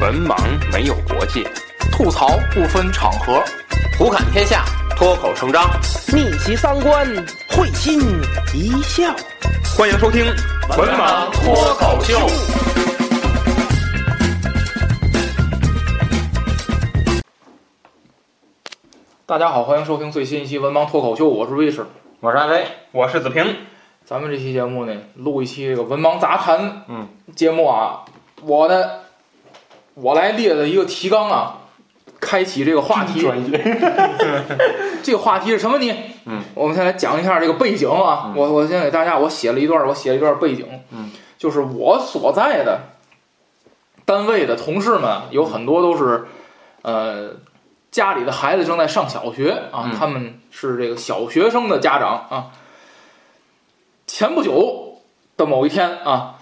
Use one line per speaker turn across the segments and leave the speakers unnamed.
文盲没有国界，吐槽不分场合，胡侃天下，脱口成章。
逆袭三观，会心一笑。
欢迎收听《文盲脱口秀》。
大家好，欢迎收听最新一期《文盲脱口秀》，我是卫士。
我是安飞，我是子平。
咱们这期节目呢，录一期这个文盲杂谈
嗯
节目啊。我呢，我来列了一个提纲啊，开启这个话题。 这个话题是什么呢？
嗯，
我们先来讲一下这个背景啊。
嗯
我我先给大家，我写了一段，我写了一段背景。
嗯，
就是我所在的单位的同事们有很多都是，呃，家里的孩子正在上小学啊，
嗯
他们是这个小学生的家长啊。前不久的某一天啊。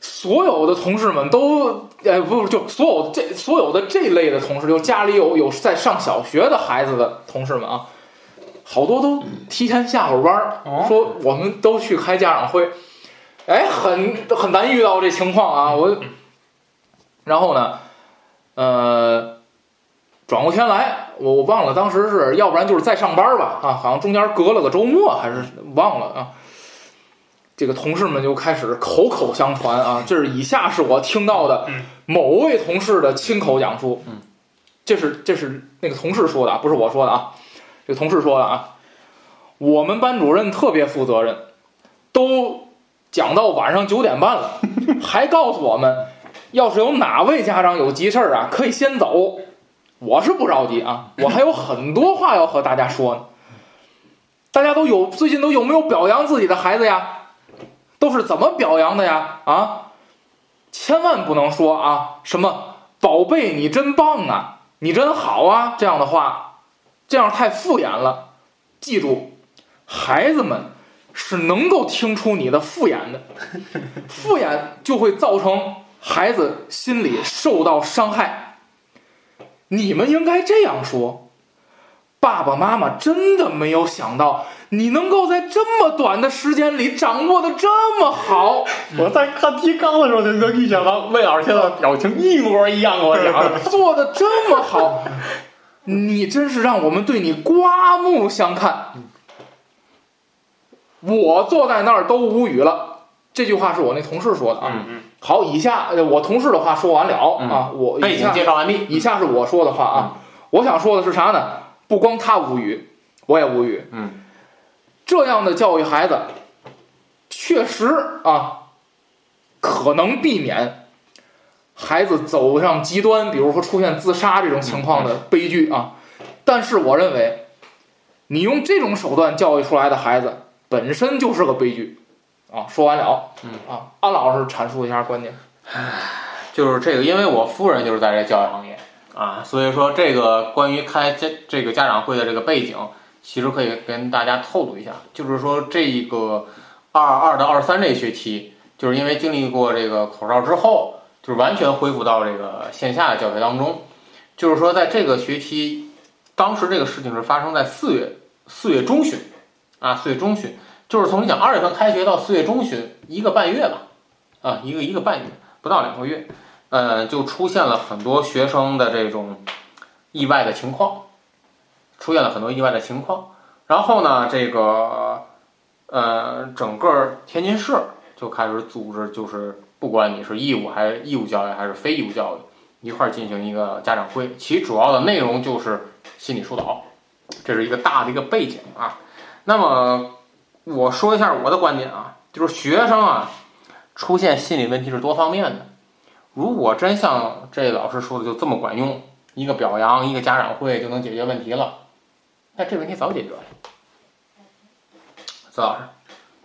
所有的同事们都，哎，不是，就所有这所有的这类的同事，就家里有有在上小学的孩子的同事们啊，好多都提前下过班儿，说我们都去开家长会，哎，很很难遇到这情况啊。我，然后呢，呃，转过天来，我我忘了当时是要不然就是在上班吧，啊，好像中间隔了个周末还是忘了啊。这个同事们就开始口口相传啊，这是以下是我听到的某位同事的亲口讲述，
嗯，
这是这是那个同事说的啊，不是我说的啊，这个同事说的啊，我们班主任特别负责任，都讲到晚上九点半了，还告诉我们，要是有哪位家长有急事儿啊，可以先走。我是不着急啊，我还有很多话要和大家说呢。大家都有最近都有没有表扬自己的孩子呀？都是怎么表扬的呀？啊，千万不能说啊什么“宝贝，你真棒啊，你真好啊”这样的话，这样太敷衍了。记住，孩子们是能够听出你的敷衍的，敷衍就会造成孩子心里受到伤害。你们应该这样说：爸爸妈妈真的没有想到你能够在这么短的时间里掌握的这么好。
我在看提纲的时候就能预想到魏老师现在的表情一模一样，我
嗯
讲。
做的这么好，你真是让我们对你刮目相看。我坐在那儿都无语了。这句话是我那同事说的
嗯
啊。好，以下呃我同事的话说完了、啊，我
背
以
景
下
介绍完毕。
以下是我说的话啊，
嗯
我想说的是啥呢？不光他无语，我也无语。
嗯，
这样的教育孩子，确实啊，可能避免孩子走上极端，比如说出现自杀这种情况
嗯
的悲剧啊。但是我认为，你用这种手段教育出来的孩子，本身就是个悲剧。啊，说完了。
嗯
啊，安老师阐述一下观点。
就是这个，因为我夫人就是在这教育行业啊，所以说这个关于开家这个家长会的这个背景，其实可以跟大家透露一下，就是说这一个二二到二三这学期，就是因为经历过这个口罩之后，就是完全恢复到这个线下的教学当中，就是说在这个学期，当时这个事情是发生在四月四月中旬啊，四月中旬，就是从你讲二月份开学到四月中旬，一个半月吧，啊，一个一个半月，不到两个月。呃，就出现了很多学生的这种意外的情况，出现了很多意外的情况。然后呢，这个呃，整个天津市就开始组织，就是不管你是义务还是义务教育还是非义务教育，一块儿进行一个家长会，其主要的内容就是心理疏导，这是一个大的一个背景啊。那么我说一下我的观点啊，就是学生啊出现心理问题是多方面的。如果真像这老师说的就这么管用，一个表扬，一个家长会就能解决问题了，那这问题早解决了。孙老师，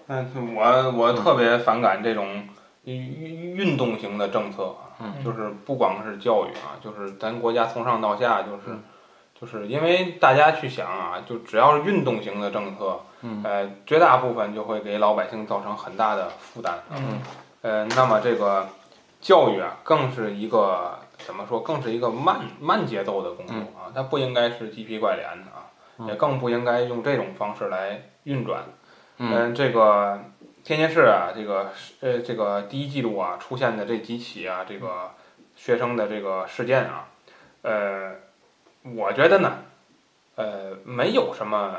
嗯，我我特别反感这种运运动型的政策啊，
嗯
就是不光是教育啊，就是咱国家从上到下就是。
嗯
就是因为大家去想啊，就只要是运动型的政策，
嗯
呃，绝大部分就会给老百姓造成很大的负担。
嗯
呃，那么这个教育啊，更是一个怎么说，更是一个慢慢节奏的工作啊，它不应该是鸡皮怪脸的啊，
嗯
也更不应该用这种方式来运转。
嗯
这个天津市啊，这个是呃，这个第一季度啊出现的这几起啊，这个学生的这个事件啊，呃，我觉得呢，呃，没有什么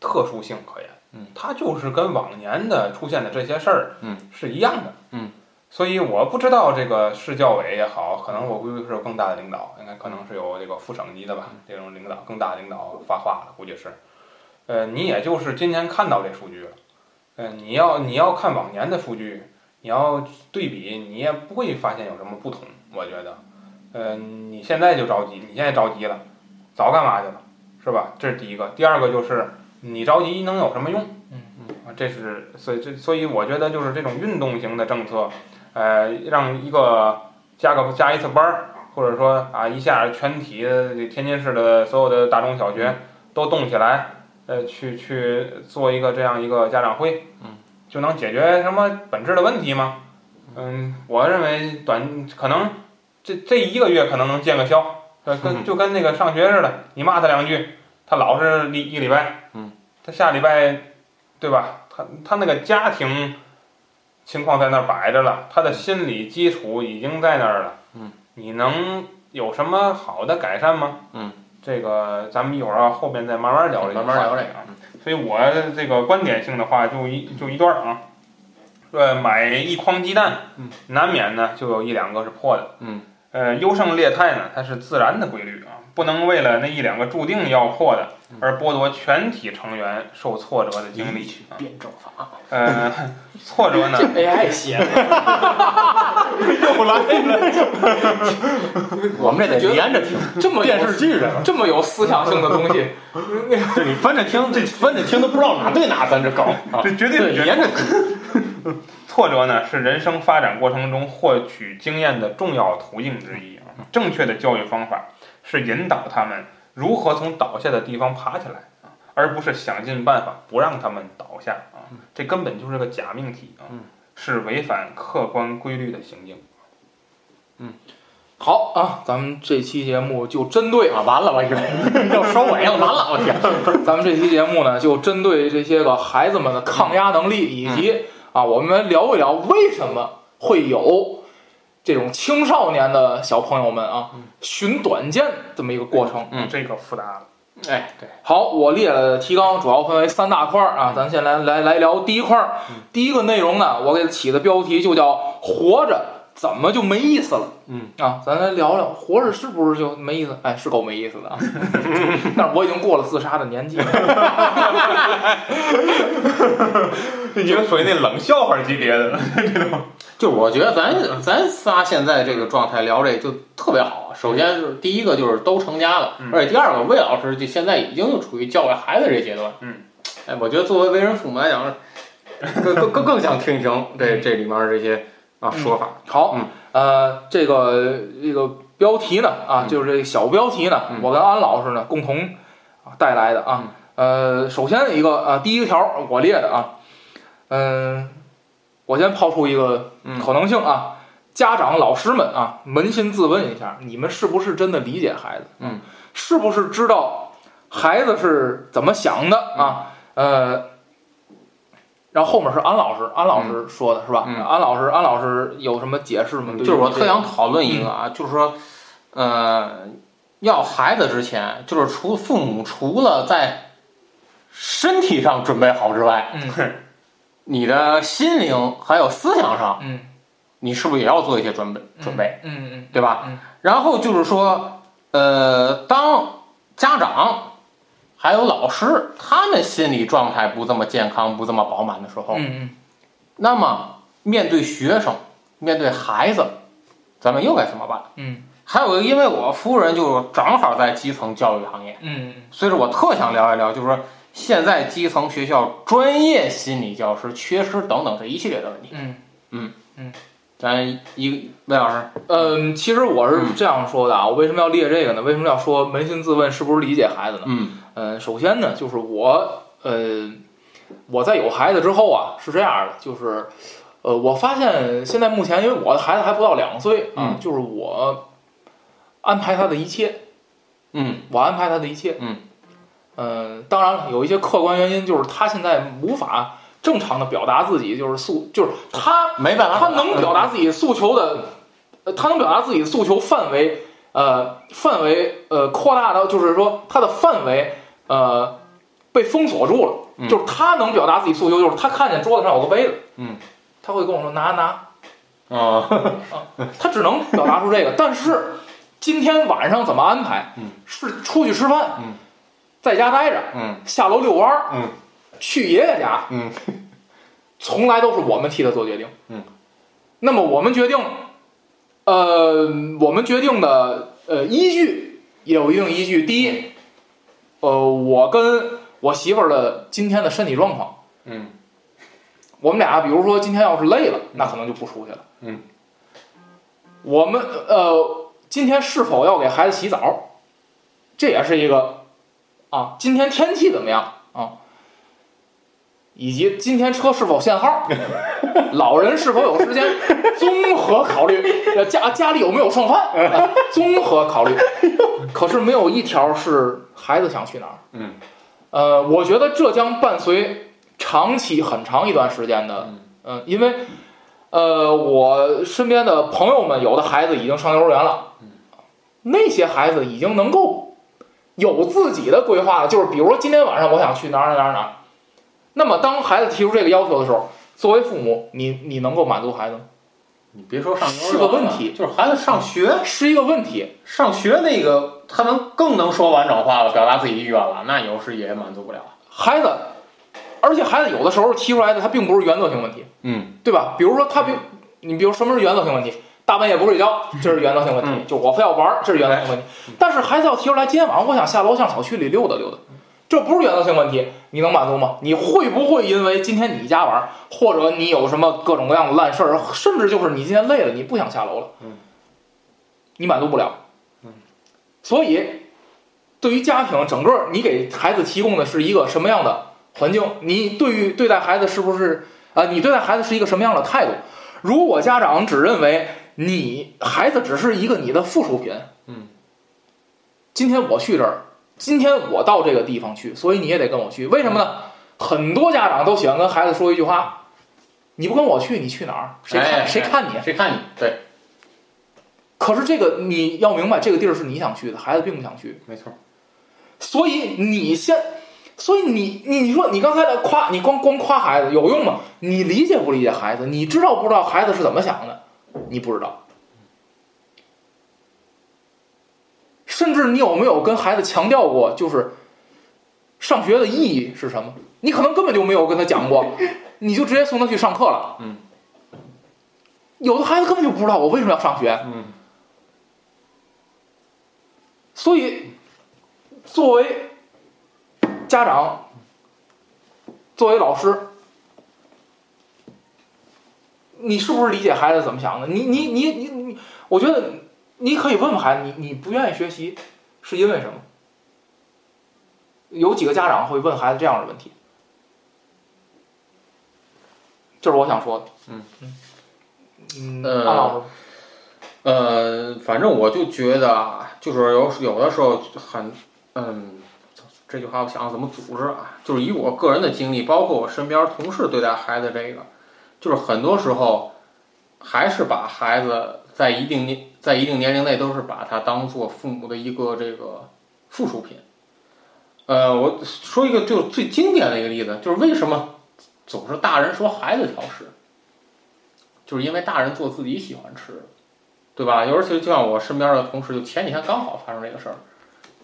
特殊性可言，
嗯，
它就是跟往年的出现的这些事儿，
嗯，
是一样的，
嗯，
所以我不知道这个市教委也好，可能我估计是有更大的领导，应该可能是有这个副省级的吧，
嗯
这种领导更大的领导发话了，估计是，呃，你也就是今天看到这数据了，呃，你要你要看往年的数据。你要对比，你也不会发现有什么不同。我觉得，呃，你现在就着急，你现在着急了，早干嘛去了，是吧？这是第一个。第二个就是你着急能有什么用？
嗯
嗯，这是所以这所以我觉得就是这种运动型的政策，呃，让一个加个加一次班儿，或者说啊一下全体的这天津市的所有的大中小
嗯
学都动起来，呃，去去做一个这样一个家长会。
嗯
就能解决什么本质的问题吗？嗯，我认为短可能这这一个月可能能见个效，呃跟
嗯
就跟那个上学似的，你骂他两句，他老实一一礼拜，
嗯，
他下礼拜，对吧？他他那个家庭情况在那儿摆着了，他的心理基础已经在那儿了，
嗯，
你能有什么好的改善吗？
嗯，
这个咱们一会儿啊后边再慢慢聊这个
慢慢聊
话题
这嗯
啊。所以我这个观点性的话就一就一段儿啊，呃，买一筐鸡蛋，
嗯
难免呢就有一两个是破的，
嗯，
呃，优胜劣汰呢，它是自然的规律啊，不能为了那一两个注定要破的
嗯
而剥夺全体成员受挫折的
哎
经历啊，
辩证法，
呃，挫折 呢
这 AI 写的，
又来了。我们这得连着听，
这么有
电视剧的，
这么有思想性的东 西，
这你分着听，这分着听都不知道哪对哪，咱这搞啊，
这绝对
对
是绝
连着听。
挫折呢，是人生发展过程中获取经验的重要途径之一啊。正确的教育方法是引导他们如何从倒下的地方爬起来啊，而不是想尽办法不让他们倒下啊。这根本就是个假命题啊
嗯，
是违反客观规律的行径。
好啊，咱们这期节目就针对
啊，完了，我以 为要收尾了，哎完了，我天！
咱们这期节目呢，就针对这些个孩子们的抗压能力，以及、
嗯
啊，我们聊一聊为什么会有这种青少年的小朋友们啊寻短见这么一个过程。
嗯
这个复杂了。
哎，对，
好，我列了提纲，主要分为三大块儿
嗯
啊，咱先来来来聊第一块儿。第一个内容呢，我给起的标题就叫“活着怎么就没意思了”。
嗯
啊，咱来聊聊活着是不是就没意思？哎，是够没意思的啊！ 但是我已经过了自杀的年纪了。
你们属于那冷笑话级别 的，
就是我觉得咱咱仨现在这个状态聊这就特别好。首先就是第一个就是都成家了，
嗯
而且第二个魏老师就现在已经处于教育孩子这阶段。
嗯，
哎，我觉得作为为人父母来讲，更更更更想听一听这这里面这些啊
嗯
说法。
好，
嗯
呃，这个这个标题呢，啊，
嗯
就是这个小标题呢，
嗯
我跟安老师呢共同啊带来的啊，
嗯
呃，首先一个啊，第一条我列的啊，嗯、我先抛出一个
嗯
可能性啊，家长老师们啊，扪心自问一下，你们是不是真的理解孩子？啊
嗯，
是不是知道孩子是怎么想的
嗯
啊？呃。然后后面是安老师，安老师说的是吧？
嗯
安老师，安老师有什么解释吗？对于嗯
就是我
这
特想讨论一个啊，就是说，呃，要孩子之前，就是除父母除了在身体上准备好之外，
嗯
你的心灵还有思想上，
嗯
你是不是也要做一些准备
嗯
准备？
嗯嗯
对吧？
嗯
然后就是说，呃，当家长还有老师他们心理状态不这么健康、不这么饱满的时候，
嗯
那么面对学生、面对孩子，咱们又该怎么办？
嗯
还有，因为我夫人就正好在基层教育行业，
嗯
所以说我特想聊一聊，就是说现在基层学校专业心理教师缺失等等这一系列的问题。
嗯
咱一魏老师，
嗯，其实我是这样说的啊，我为什么要列这个呢？为什么要说扪心自问是不是理解孩子呢？
嗯
嗯，首先呢，就是我呃，我在有孩子之后啊，是这样的，就是呃，我发现现在目前，因为我的孩子还不到两岁啊，
嗯
就是我安排他的一切，
嗯
我安排他的一切。
嗯，
呃，当然了，有一些客观原因，就是他现在无法正常的表达自己，就是诉，就是他
没办法，
他能表达自己诉求的呃，他能表达自己的诉求范围，呃，范围呃扩大到就是说他的范围呃被封锁住了，
嗯
就是他能表达自己诉求，就是他看见桌子上有个杯子，
嗯，
他会跟我说拿拿，
啊，
他只能表达出 这个，但是今天晚上怎么安排？
嗯，
是出去吃饭，
嗯，
在家待着，
嗯
下楼遛弯儿，
嗯，
去爷爷家，
嗯，
从来都是我们替他做决定，
嗯，
那么我们决定，呃，我们决定的呃依据也有一定依据。
嗯
第一，呃，我跟我媳妇儿的今天的身体状况，
嗯，
我们俩比如说今天要是累了，那可能就不出去了，
嗯，
我们呃今天是否要给孩子洗澡，这也是一个啊，今天天气怎么样啊？以及今天车是否限号，老人是否有时间，综合考虑，呃家家里有没有剩饭、
嗯
啊综合考虑。可是没有一条是孩子想去哪儿。
嗯，
呃，我觉得这将伴随长期很长一段时间的，
嗯
嗯、因为呃，我身边的朋友们有的孩子已经上幼儿园了，
嗯
那些孩子已经能够有自己的规划了，就是比如说今天晚上我想去哪儿哪儿哪儿哪儿。那么当孩子提出这个要求的时候，作为父母，你你能够满足孩子吗？
你别说上幼儿园
是个问题
了就是孩子上学，
是一个问题。
上学那个他能更能说完整话了，表达自己意愿了，那有时也满足不了。
孩子，而且孩子有的时候提出来的他并不是原则性问题，
嗯
对吧？比如说他比你比如什么是原则性问题？大半夜不睡觉，这是原则性问题；
嗯哎
就我非要玩儿，这是原则性问题。但是孩子要提出来，今天晚上我想下楼向小区里溜达溜达，这不是原则性问题，你能满足吗？你会不会因为今天你家玩儿，或者你有什么各种各样的烂事儿，甚至就是你今天累了，你不想下楼了，
嗯
你满足不了。
嗯，
所以对于家庭整个，你给孩子提供的是一个什么样的环境？你对于对待孩子是不是啊、呃你对待孩子是一个什么样的态度？如果家长只认为你孩子只是一个你的附属品，
嗯，
今天我去这儿，今天我到这个地方去，所以你也得跟我去。为什么呢？
嗯
很多家长都喜欢跟孩子说一句话：“你不跟我去，你去哪儿？谁看、
哎
谁看你？”啊
谁看你？对，
可是这个你要明白，这个地儿是你想去的，孩子并不想去。
没错。
所以你先，所以你你你说你刚才的夸你光光夸孩子有用吗？你理解不理解孩子？你知道不知道孩子是怎么想的？你不知道。甚至你有没有跟孩子强调过，就是上学的意义是什么？你可能根本就没有跟他讲过，你就直接送他去上课了。
嗯，
有的孩子根本就不知道我为什么要上学。
嗯
所以，作为家长，作为老师，你是不是理解孩子怎么想的？你你你你你，我觉得你可以问问孩子，你你不愿意学习是因为什么？有几个家长会问孩子这样的问题，这是我想说的。
嗯
嗯，
呃
安老师，
呃，反正我就觉得啊，就是有有的时候很嗯。这句话我想想怎么组织啊，就是以我个人的经历，包括我身边同事对待孩子这个，就是很多时候还是把孩子在一定年在一定年龄内都是把他当做父母的一个这个附属品。呃，我说一个就最经典的一个例子，就是为什么总是大人说孩子挑食，就是因为大人做自己喜欢吃的，对吧？有时候就就像我身边的同事，就前几天刚好发生这个事儿，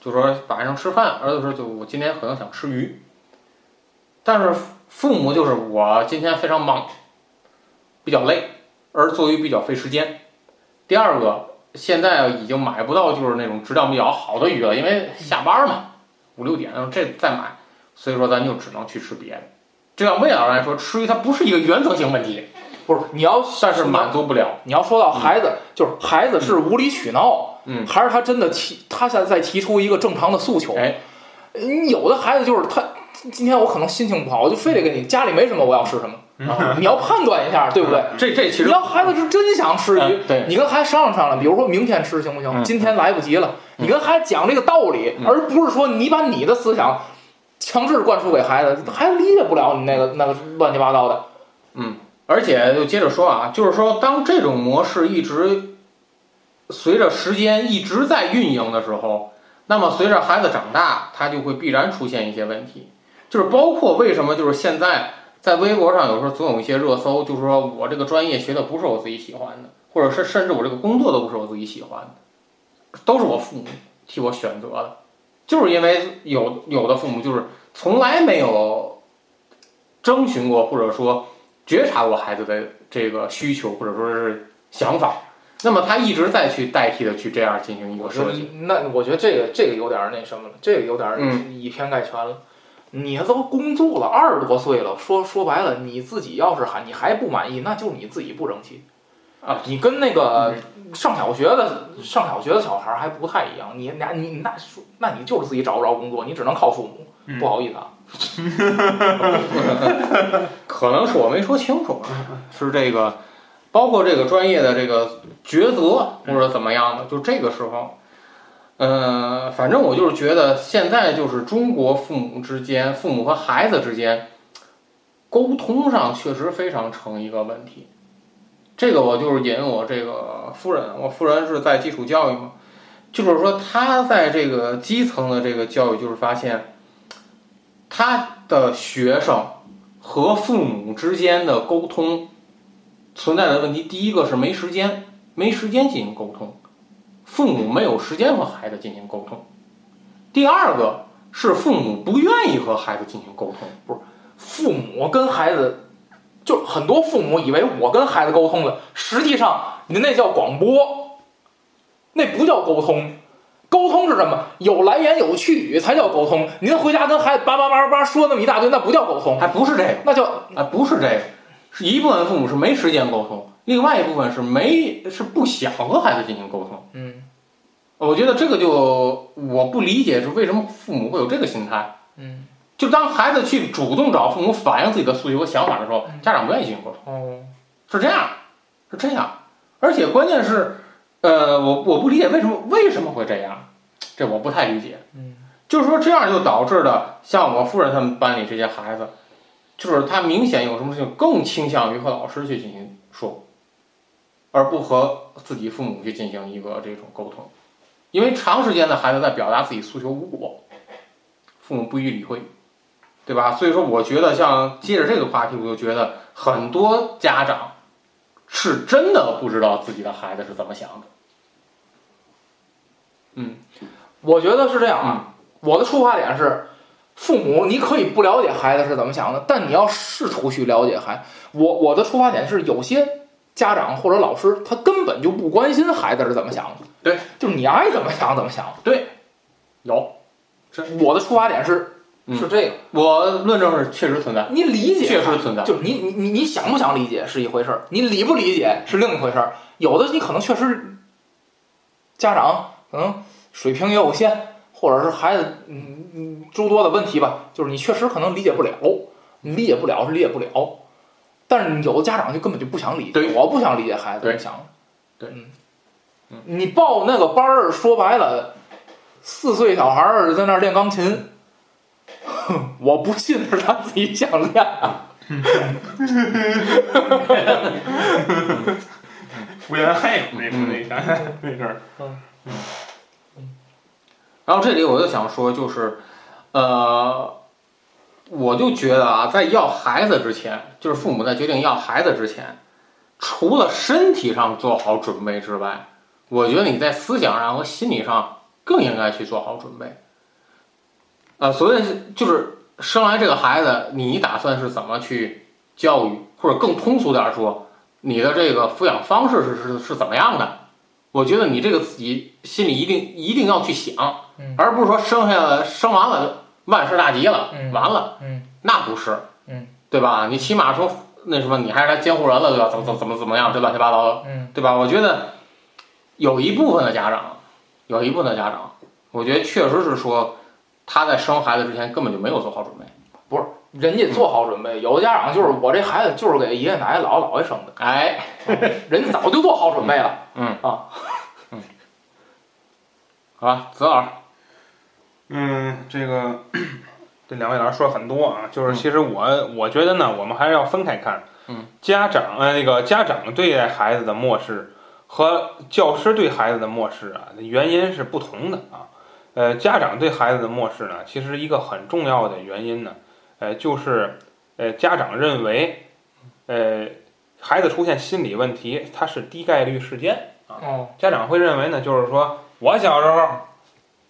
就说晚上吃饭，儿子说就我今天可能想吃鱼，但是父母就是我今天非常忙，比较累，而做鱼比较费时间。第二个，现在已经买不到就是那种质量比较好的鱼了，因为下班嘛，五六点这再买，所以说咱就只能去吃别的。这样魏老师来说，吃鱼它不是一个原则性问题，
不是你要，
但是满足不了。
你要说到孩子，就是孩子是无理取闹。
嗯，
还是他真的提，他现在在提出一个正常的诉求。
哎
嗯，有的孩子就是他，今天我可能心情不好，我就非得跟你家里没什么，我要吃什么。啊你要判断一下，对不对？
这这哎其
你
实
要孩子是真想吃鱼，
嗯对
你跟孩子商量商量，比如说明天吃行不行？
嗯
今天来不及了，
嗯
你跟孩子讲这个道理，
嗯
而不是说你把你的思想强制灌输给孩子，孩子理解不了你那个那个乱七八糟的。
而且就接着说啊，就是说，当这种模式一直随着时间一直在运营的时候，那么随着孩子长大，他就会必然出现一些问题，就是包括为什么就是现在在微博上有时候总有一些热搜，就是说我这个专业学的不是我自己喜欢的，或者是甚至我这个工作都不是我自己喜欢的，都是我父母替我选择的，就是因为有有的父母就是从来没有征询过或者说觉察过孩子的这个需求或者说是想法。那么他一直在去代替的去这样进行一个
我觉
设
得
计，
那我觉得这个这个有点儿那什么了，这个有点儿
嗯
以偏概全了。你都工作了二十多岁了，说说白了，你自己要是还你还不满意，那就是你自己不争气
啊。嗯
你跟那个上小学的上小学的小孩儿还不太一样，你那你那是那你就是自己找不着工作，你只能靠父母。
嗯
不好意思啊，
可能是我没说清楚，啊是这个，包括这个专业的这个抉择或者怎么样的，就这个时候，呃，反正我就是觉得现在就是中国父母之间，父母和孩子之间沟通上确实非常成一个问题。这个我就是引我这个夫人，我夫人是在基础教育嘛，就是说她在这个基层的这个教育，就是发现她的学生。和父母之间的沟通存在的问题，第一个是没时间，没时间进行沟通，父母没有时间和孩子进行沟通；第二个是父母不愿意和孩子进行沟通，
父母跟孩子，就很多父母以为我跟孩子沟通了，实际上您那叫广播，那不叫沟通。沟通是什么？有来言有去语才叫沟通。您回家跟孩子叭叭叭叭叭说那么一大堆，那不叫沟通，
还不是这个，
那叫
啊，不是这个，是一部分父母是没时间沟通，另外一部分是没是不想和孩子进行沟通。
嗯
我觉得这个就我不理解是为什么父母会有这个心态。
嗯
就当孩子去主动找父母反映自己的诉求和想法的时候，家长不愿意进行沟通。
哦
是这样，是这样，而且关键是，呃，我我不理解为什么为什么会这样，这我不太理解。
嗯，
就是说这样就导致了像我夫人他们班里这些孩子，就是他明显有什么事情更倾向于和老师去进行说，而不和自己父母去进行一个这种沟通，因为长时间的孩子在表达自己诉求无果，父母不予理会。对吧？所以说，我觉得像接着这个话题，我就觉得很多家长是真的不知道自己的孩子是怎么想的。
我觉得是这样啊。我的出发点是，父母你可以不了解孩子是怎么想的，但你要试图去了解孩我我的出发点是，有些家长或者老师他根本就不关心孩子是怎么想的。
对，
就是你爱怎么想怎么想。
有，
我的出发点是
嗯
是这个，
我论证是确实存在，
你理解
确实存在。
就是你你你你想不想理解是一回事儿，你理不理解是另一回事儿。有的你可能确实家长可能水平也有限，或者是孩子嗯嗯诸多的问题吧，就是你确实可能理解不了，你理解不了是理解不了。但是有的家长就根本就不想理解，
对
我不想理解孩子怎么
对
想的。
对
嗯
嗯，
你报那个班儿，说白了，四岁小孩儿在那儿练钢琴，我不信是他自己想练的。
福原爱有那那个那阵儿，
然后这里我就想说，就是，呃，我就觉得啊，在要孩子之前，就是父母在决定要孩子之前，除了身体上做好准备之外，我觉得你在思想上和心理上更应该去做好准备。呃，所谓就是生来这个孩子，你打算是怎么去教育，或者更通俗点儿说，你的这个抚养方式是是是怎么样的？我觉得你这个自己心里一定一定要去想，
嗯
而不是说生下来生完了就万事大吉了，
嗯
完了，
嗯
那不是，
嗯，
对吧？你起码说那什么，你还是来监护人了，对吧？怎么怎么怎么怎么样，这乱七八糟的，
嗯
对吧？我觉得有一部分的家长，有一部分的家长，我觉得确实是说他在生孩子之前根本就没有做好准备。，
人家做好准备，有的家长就是我这孩子就是给爷爷奶奶、姥姥姥爷生的，
哎，
人家早就做好准备了。
好吧，子老，
嗯，这个 这两位老师说了很多啊，就是其实我、我觉得呢，我们还是要分开看。
嗯，
家长呃，那个家长对待孩子的漠视和教师对孩子的漠视啊，原因是不同的啊。呃，家长对孩子的漠视呢，其实一个很重要的原因呢，呃，就是呃，家长认为，呃，孩子出现心理问题，它是低概率事件。
哦，
家长会认为呢，就是说我小时候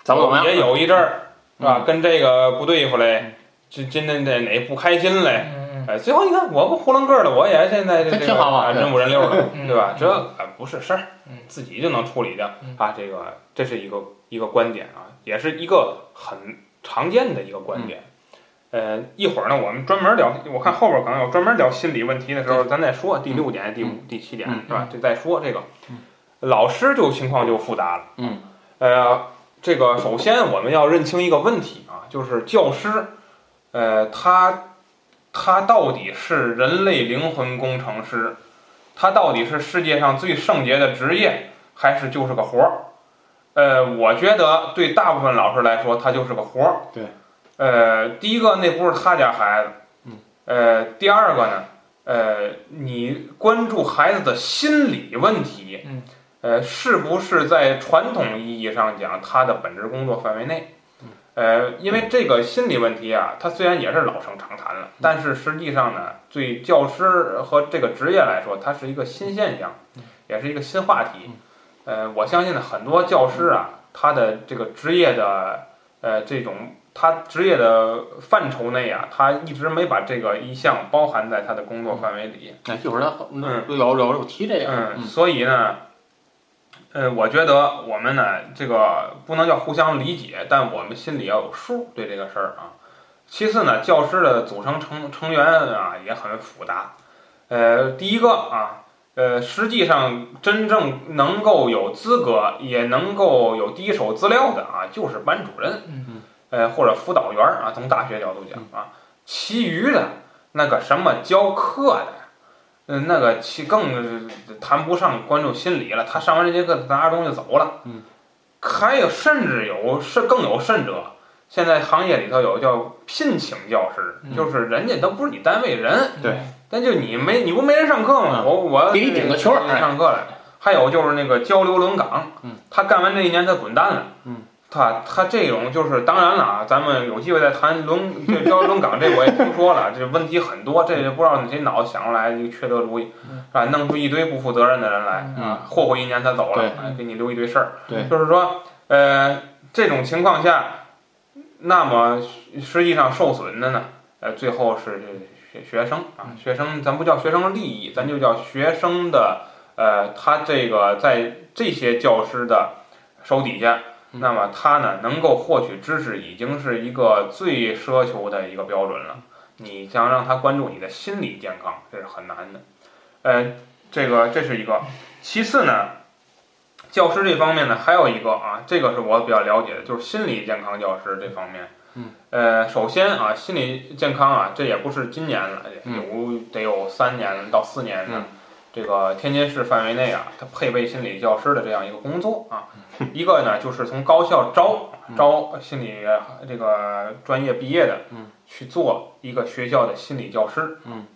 怎么怎么样？
也有一阵儿是吧
嗯，
跟这个不对付嘞，今今天这哪不开心嘞？
嗯
哎，最后你看，我不囫囵个儿的，我也现在这
这
这
挺
个
好嘛
啊，
对
人五人六的，
嗯
对吧
嗯？
这啊不是事儿
嗯，
自己就能处理掉
嗯
啊。这个这是一个一个观点啊，也是一个很常见的一个
嗯
观点。呃，一会儿呢，我们专门聊，我看后边可能有专门聊心理问题的时候，咱再说第六点、第五、第七点
嗯
是吧？这再说这个，老师就情况就复杂了。
嗯，
呃，这个首先我们要认清一个问题啊，就是教师，呃，他他到底是人类灵魂工程师，他到底是世界上最圣洁的职业，还是就是个活儿？呃，我觉得对大部分老师来说，他就是个活儿。
对。
呃，第一个那不是他家孩子。
嗯。
呃，第二个呢，呃，你关注孩子的心理问题。
嗯。
呃，是不是在传统意义上讲，他的本职工作范围内？呃，因为这个心理问题啊，它虽然也是老生常谈了，但是实际上呢，对教师和这个职业来说，它是一个新现象，也是一个新话题。呃，我相信呢，很多教师啊，他的这个职业的呃这种他职业的范畴内啊，他一直没把这个一项包含在他的工作范围里。
哎，一会儿咱后聊聊聊提这个。
嗯，所以呢，呃，我觉得我们呢，这个不能叫互相理解，但我们心里要有数对这个事儿啊。其次呢，教师的组成成成员啊也很复杂。呃，第一个啊，呃，实际上真正能够有资格，也能够有第一手资料的啊，就是班主任，
嗯
嗯
呃，或者辅导员儿啊，从大学角度讲啊，其余的那个什么教课的，嗯，那个其更谈不上关注心理了。他上完这节课，拿着东西走了。
嗯，
还有甚至有甚更有甚者，现在行业里头有叫聘请教师，
嗯
就是人家都不是你单位人，
对
但就你没你不没人上课吗？
嗯
我我
给你顶个球儿哎
上课来。还有就是那个交流轮岗，
嗯，
他干完这一年他滚蛋了，
嗯，
他他这种就是当然了啊，咱们有机会再谈轮这交流轮岗，这 我也听说了，这问题很多，这也不知道谁脑子想出来一个缺德主意，
嗯
是吧？弄出一堆不负责任的人来，
嗯
嗯
霍霍一年他走了，
对
哎给你留一堆事儿。
对
就是说，呃，这种情况下，那么实际上受损的呢，呃，最后是学学生啊，
嗯
学生，咱不叫学生利益，咱就叫学生的，呃，他这个在这些教师的手底下。
嗯
那么他呢，能够获取知识，已经是一个最奢求的一个标准了。你想让他关注你的心理健康，这是很难的。呃，这个这是一个。其次呢，教师这方面呢，还有一个啊，这个是我比较了解的，就是心理健康教师这方面。
嗯。
呃，首先啊，心理健康啊，这也不是今年了，
嗯
有得有三年到四年了。
嗯
这个天津市范围内啊，它配备心理教师的这样一个工作啊，一个呢就是从高校招
嗯
招心理这个专业毕业的，
嗯，
去做一个学校的心理教师，
嗯。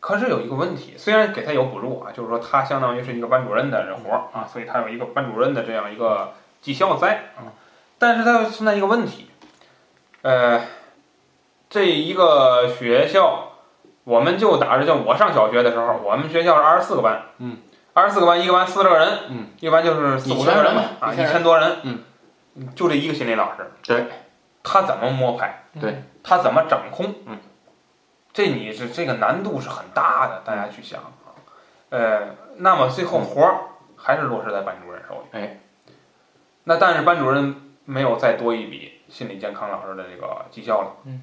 可是有一个问题，虽然给他有补助啊，就是说他相当于是一个班主任的人活儿啊，所以他有一个班主任的这样一个绩效在啊，但是他存在一个问题，呃，这一个学校，我们就打着就我上小学的时候，我们学校是二十四个班，
嗯，
二十四个班，一个班四十六人，
嗯，
一个班就是四五十
1000人
吧
吧，
啊，
1000
一
人
千多人，
嗯，
就这一个心理老师，
对，
他怎么摸排？
对，
他怎么掌控？
嗯，
这你是这个难度是很大的，大家去想啊。呃，那么最后活儿还是落实在班主任手里。
哎，
那但是班主任没有再多一笔心理健康老师的这个绩效了。
嗯，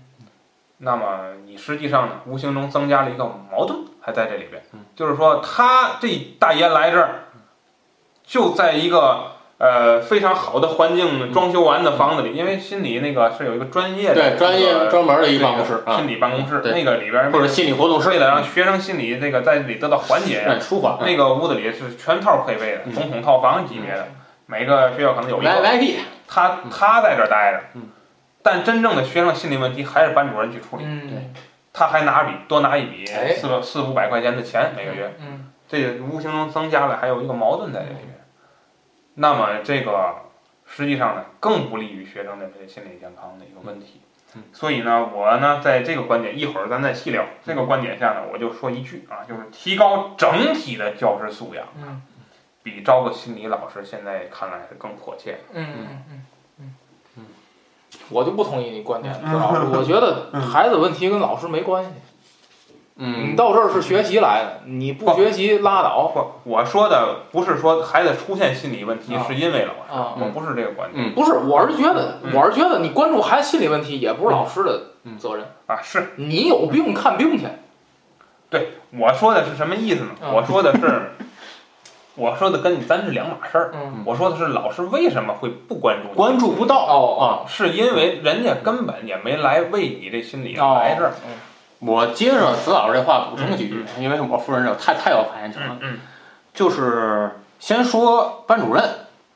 那么你实际上呢，无形中增加了一个矛盾，还在这里边。
嗯，
就是说他这大爷来这儿，就在一个。呃，非常好的环境，装修完的房子里，因为心理那个是有一个专业的
嗯对，专
这个
业专门的一个办公室啊
心，理办公室
对
那个里边儿
或者心理活动室嗯
为了让学生心理这个在这里得到缓解，
哎舒缓。
那个屋子里是全套配备的，
嗯
总统套房级别的，每个学校可能有一
来
个。
来 P，
他
嗯
他在这儿待着
嗯，
但真正的学生心理问题还是班主任去处理，
嗯，
他还拿笔多拿一笔
哎
四个四五百块钱的钱每个月，
嗯，
这也无形中增加了还有一个矛盾在这里面。那么这个实际上呢，更不利于学生的这个心理健康的一个问题。
嗯
所以呢，我呢在这个观点一会儿咱再细聊。这个观点下呢，我就说一句啊，就是提高整体的教师素养，啊
嗯
比招个心理老师现在看来是更迫切。
嗯嗯嗯嗯，我就不同意你观点，不老师，我觉得
嗯
孩子问题跟老师没关系。你
嗯，
到这儿是学习来的，你不学习拉倒
不，我说的不是说孩子出现心理问题
啊
是因为老师，
啊！
我不是这个观点。
嗯
不是，我是觉得，
嗯
我是觉得你关注孩子心理问题也不是老师的
嗯
责任，
啊，是
你有病看病去。
我说的是什么意思呢？
嗯
我说的是，我说的跟咱是两码事儿。
嗯，
我说的是老师为什么会不关注你？
关注不到。
哦
是因为人家根本也没来为你这心理嗯
哦，
来这儿。
我接着子老师这话补充几句，因为我夫人这太太有发言权了。
嗯嗯
就是先说班主任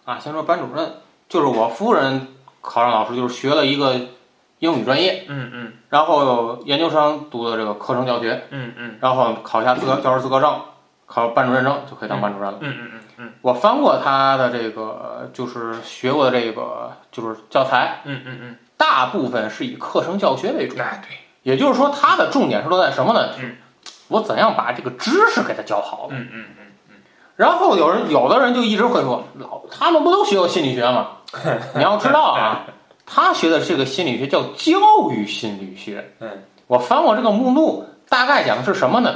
啊，先说班主任，就是我夫人考上老师，就是学了一个英语专业，
嗯嗯
然后研究生读的这个课程教学，
嗯嗯
然后考一下资格教师资格证，考班主任证就可以当班主任了。
嗯嗯嗯
我翻过他的这个，就是学过的这个，就是教材，
嗯嗯嗯，
大部分是以课程教学为主，
那对，
也就是说，他的重点是落在什么呢？
嗯
我怎样把这个知识给他教好？
嗯嗯嗯
然后有人有的人就一直会说，老他们不都学过心理学吗？ 你要知道啊，他学的这个心理学叫教育心理学。
嗯，
我翻过这个目录，大概讲的是什么呢？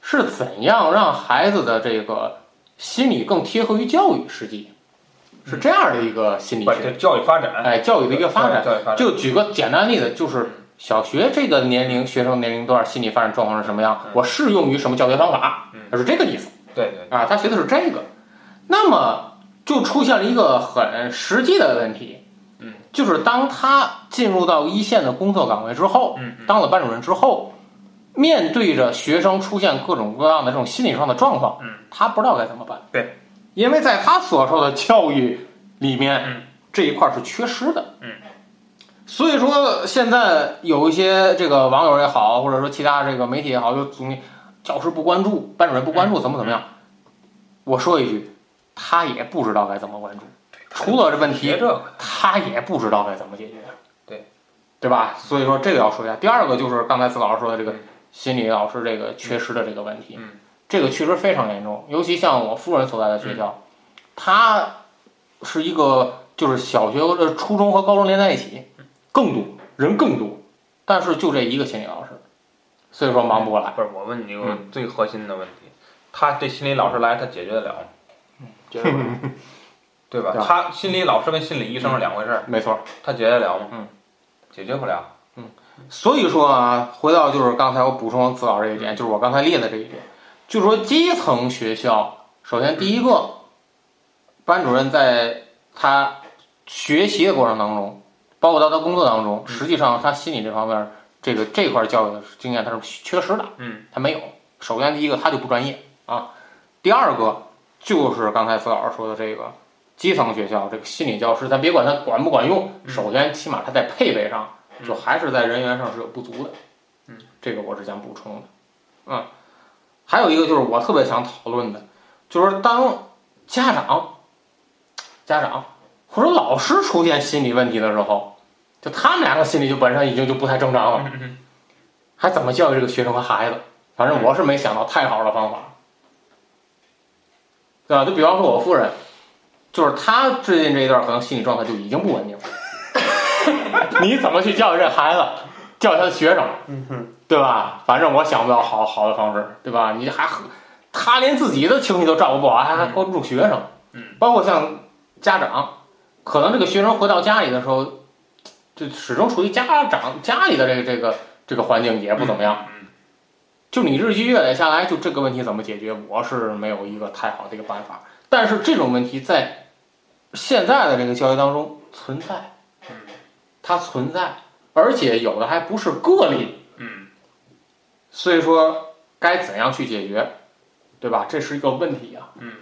是怎样让孩子的这个心理更贴合于教育实际，是这样的一个心理
把这
学，
教育发展，
哎，教育的一个发展。
教育发展，
啊就举个简单例子，就是小学这个年龄学生年龄段心理发展状况是什么样
嗯，
我适用于什么教学方法
嗯，
它是这个意思。
对对，
啊，他学的是这个，那么就出现了一个很实际的问题，
嗯，
就是当他进入到一线的工作岗位之后，
嗯嗯
当了班主任之后，面对着学生出现各种各样的这种心理上的状况，
嗯
他不知道该怎么办，
对，
因为在他所受的教育里面，
嗯
这一块儿是缺失的，
嗯。
所以说，现在有一些这个网友也好，或者说其他这个媒体也好，就总教师不关注，班主任不关注，
嗯
怎么怎么样？我说一句，他也不知道该怎么关注，出了这问
学
题
这，个，
他也不知道该怎么解决，
对
对吧？所以说这个要说一下。第二个就是刚才子老师说的这个
嗯
心理老师这个缺失的这个问题，
嗯
这个确实非常严重，尤其像我夫人所在的学
嗯
校，他是一个就是小学、呃初中和高中连在一起，更多人更多，但是就这一个心理老师，所以说忙不过来。
哎不是，嗯我问你一个最核心的问题，他这心理老师来，他解决得了吗？
觉得
对嗯吧？
对
他心理老师跟心理医生是两回事儿，
没错，
他解决得了吗？
嗯，
解决不了。
所以说啊，回到就是刚才我补充子老这一点，就是我刚才列的这一点，就是说基层学校，首先第一个，班主任在他学习的过程当中，包括到他工作当中，实际上他心理这方面儿这个这块儿教育的经验他是缺失的，
嗯，
他没有。首先第一个他就不专业啊，第二个就是刚才子老师说的这个基层学校这个心理教师，咱别管他管不管用，
嗯
首先起码他在配备上。
嗯
就还是在人员上是有不足的。
嗯，
这个我是想补充的。嗯，还有一个就是我特别想讨论的，就是当家长、家长或者老师出现心理问题的时候，就他们两个心理就本身已经就不太正常了，
嗯嗯
还怎么教育这个学生和孩子？反正我是没想到太好的方法，对吧？就比方说我夫人，就是她最近这一段可能心理状态就已经不稳定了。 你怎么去教育这孩子，教育他的学生，
嗯哼，
对吧？反正我想不到好好的方式，对吧？你还他连自己的情绪都照顾不好，还还关注学生，
嗯，
包括像家长，可能这个学生回到家里的时候，就始终处于家长家里的这个这个这个环境也不怎么样。
嗯
就你日积月累下来，就这个问题怎么解决，我是没有一个太好的一个办法。但是这种问题在现在的这个教育当中存在，
嗯
它存在，而且有的还不是个例，
嗯
所以说该怎样去解决，对吧？这是一个问题啊。
嗯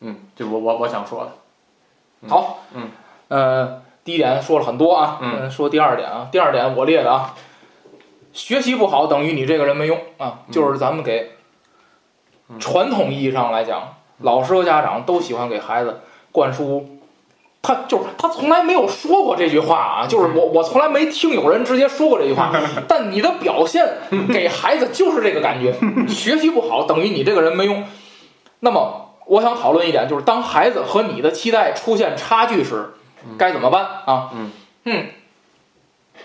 嗯，这我我我想 说的。
好，
嗯，
呃，第一点说了很多啊，
嗯
呃，说第二点啊，第二点我列的啊，学习不好等于你这个人没用啊，
嗯
就是咱们给
嗯
传统意义上来讲，
嗯
老师和家长都喜欢给孩子灌输，他就是他从来没有说过这句话啊，就是我我从来没听有人直接说过这句 话，但你的表现给孩子就是这个感觉，学习不好等于你这个人没用。那么我想讨论一点，就是当孩子和你的期待出现差距时
嗯，
该怎么办啊？
嗯
嗯，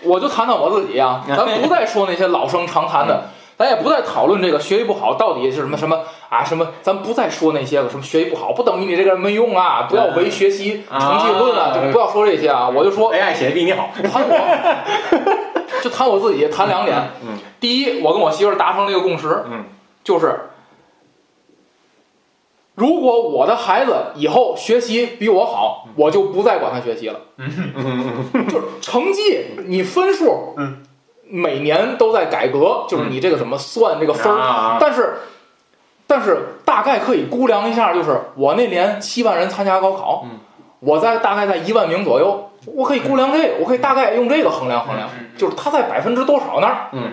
我就谈谈我自己啊，咱不再说那些老生常谈
嗯
的，咱也不再讨论这个学习不好到底是什么什么啊什么，咱不再说那些个什么学习不好不等于你这个人没用啊，不要唯学习
啊哎
成绩论啊，就不要说这些啊，我就说
AI 写的比你好，
谈我， 就谈我自己，谈两点。
嗯
第一，我跟我媳妇儿达成了一个共识，
嗯，
就是如果我的孩子以后学习比我
嗯
好，我就不再管他学习了。就是成绩，你分数，
嗯，
每年都在改革，就是
嗯
你这个怎么算这个分儿，
啊
但是。但是大概可以估量一下，就是我那年七万人参加高考，
嗯
我在大概在一万名左右，我可以估量这个，
嗯
我可以大概用这个衡量衡量，
嗯嗯
就是他在百分之多少那儿。
嗯，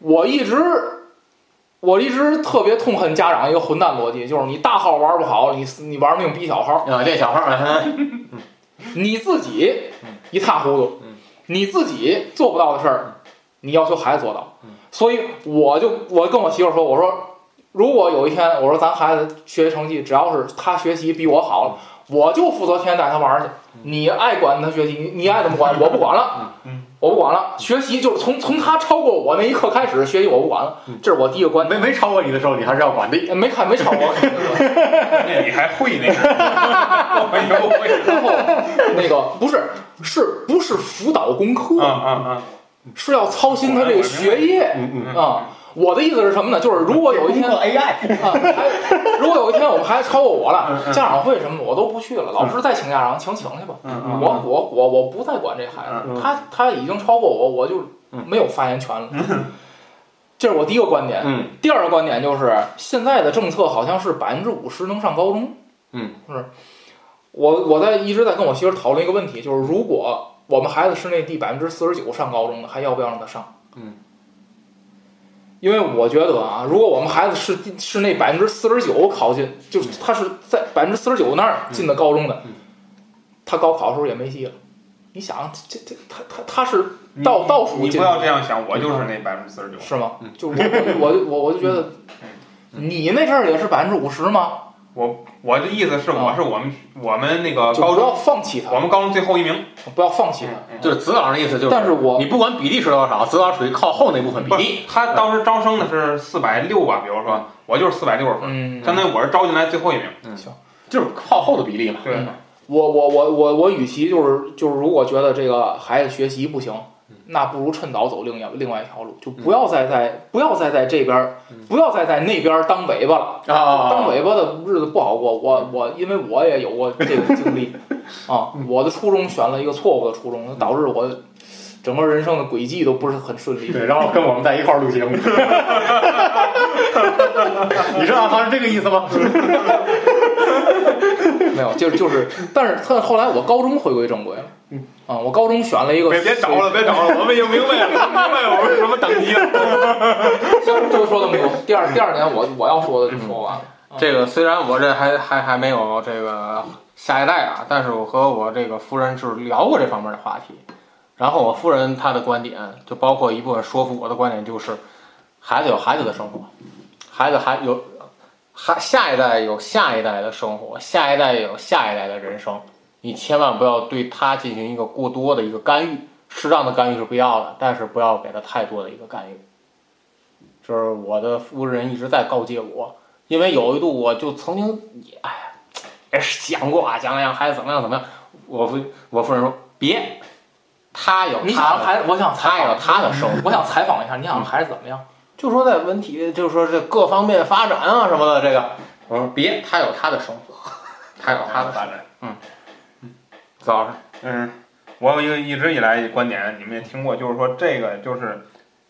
我一直我一直特别痛恨家长一个混蛋逻辑，就是你大号玩不好，你你玩命逼小号，
啊，练小号 儿，
你自己一塌糊涂
嗯，
你自己做不到的事儿，你要求孩子做到
嗯。
所以我就我跟我媳妇儿说，我说如果有一天我说咱孩子学习成绩只要是他学习比我好了，我就负责天天带他玩儿去，你爱管他学习，你你爱怎么管我不管了
嗯，
我不管了。学习就是从从他超过我那一刻开始，学习我不管了
嗯，
这是我第一个观点。
没没超过你的时候，你还是要管的。
没看没超过。
那你还会那个？我又会。
然后那个不是是不是辅导功
嗯
课，
嗯嗯，
是要操心他这个学业。
嗯嗯，
啊，我的意思是什么呢？就是如果有一天啊，
AI，
还 如果有一天我们孩子超过我
嗯
了，
嗯
家长会什么的我都不去了，老师再请家长，请请去吧。
嗯嗯
我我我我不再管这孩
嗯
子，他他已经超过我，我就没有发言权了。
嗯
这是我第一个观点。
嗯
第二个观点就是，现在的政策好像是百分之五十能上高中。
嗯，
是。我我在一直在跟我媳妇儿讨论一个问题，就是如果我们孩子是那第百分之四十九上高中的，还要不要让他上？
嗯。
因为我觉得啊，如果我们孩子是第是那百分之四十九考进，就是他是在百分之四十九那儿进的高中的，
嗯
他高考的时候也没戏了。你想，这这他他他是
嗯
倒倒数
你
进
不要这样想，我就是那百分之四十九。
是吗
嗯？
就我我我就我我就觉得，你那阵儿也是百分之五十吗？
我的意思是，我是我们我们那个
就
高
不
中，
要放弃
我
他，
们高中最后一名。
不要放弃他。
嗯
就是子老师的意思就是，
但是我
你不管比例是多少，子老师属于靠后那部分比
不
例。
是，他当时招生的是四百六吧，比如说我就是四百六十分，
嗯，
相当于我是招进来最后一名。
就是靠后的比例嘛。
对，
嗯我我我我我，与其就是就是，如果觉得这个孩子学习不行，那不如趁早走另一另外一条路，就不要再在不要再在这边儿
嗯，
不要再在那边儿当尾巴了。当
啊，
尾巴的日子不好过，我我因为我也有过这个经 历啊，我的初中选了一个错误的初中，导致我整个人生的轨迹都不是很顺利。
对，然后跟我们在一块儿录节目。 你是按照这个意思吗？
没有，就是就是，但是他后来我高中回归正轨了，
嗯
啊，我高中选了一个，
别别找了，别找了，我们已经明白了，明白我们什么等级了。
行，就说这么多。第二第二点我我要说的就说完了，
这个虽然我这还还还没有这个下一代啊，但是我和我这个夫人是聊过这方面的话题。然后我夫人她的观点，就包括一部分说服我的观点，就是孩子有孩子的生活，孩子还有还下一代有下一代的生活，下一代有下一代的人生。你千万不要对他进行一个过多的一个干预，适当的干预是必要的，但是不要给他太多的一个干预。这是我的夫人一直在告诫我，因为有一度我就曾经也哎呀也是想过啊，想让孩子怎么样怎么样。我夫我夫人说别，他有
你
嗯他
想
的
孩子，我想采
他嗯有
访，
他的生活。
我想采访一下，你想孩子怎么样？
就说在文体，就是说这各方面发展啊什么的，这个我说别，他有他的生活，他有他的生活。
展。
子老师，
嗯，我有一个一直以来观点，你们也听过，就是说这个就是，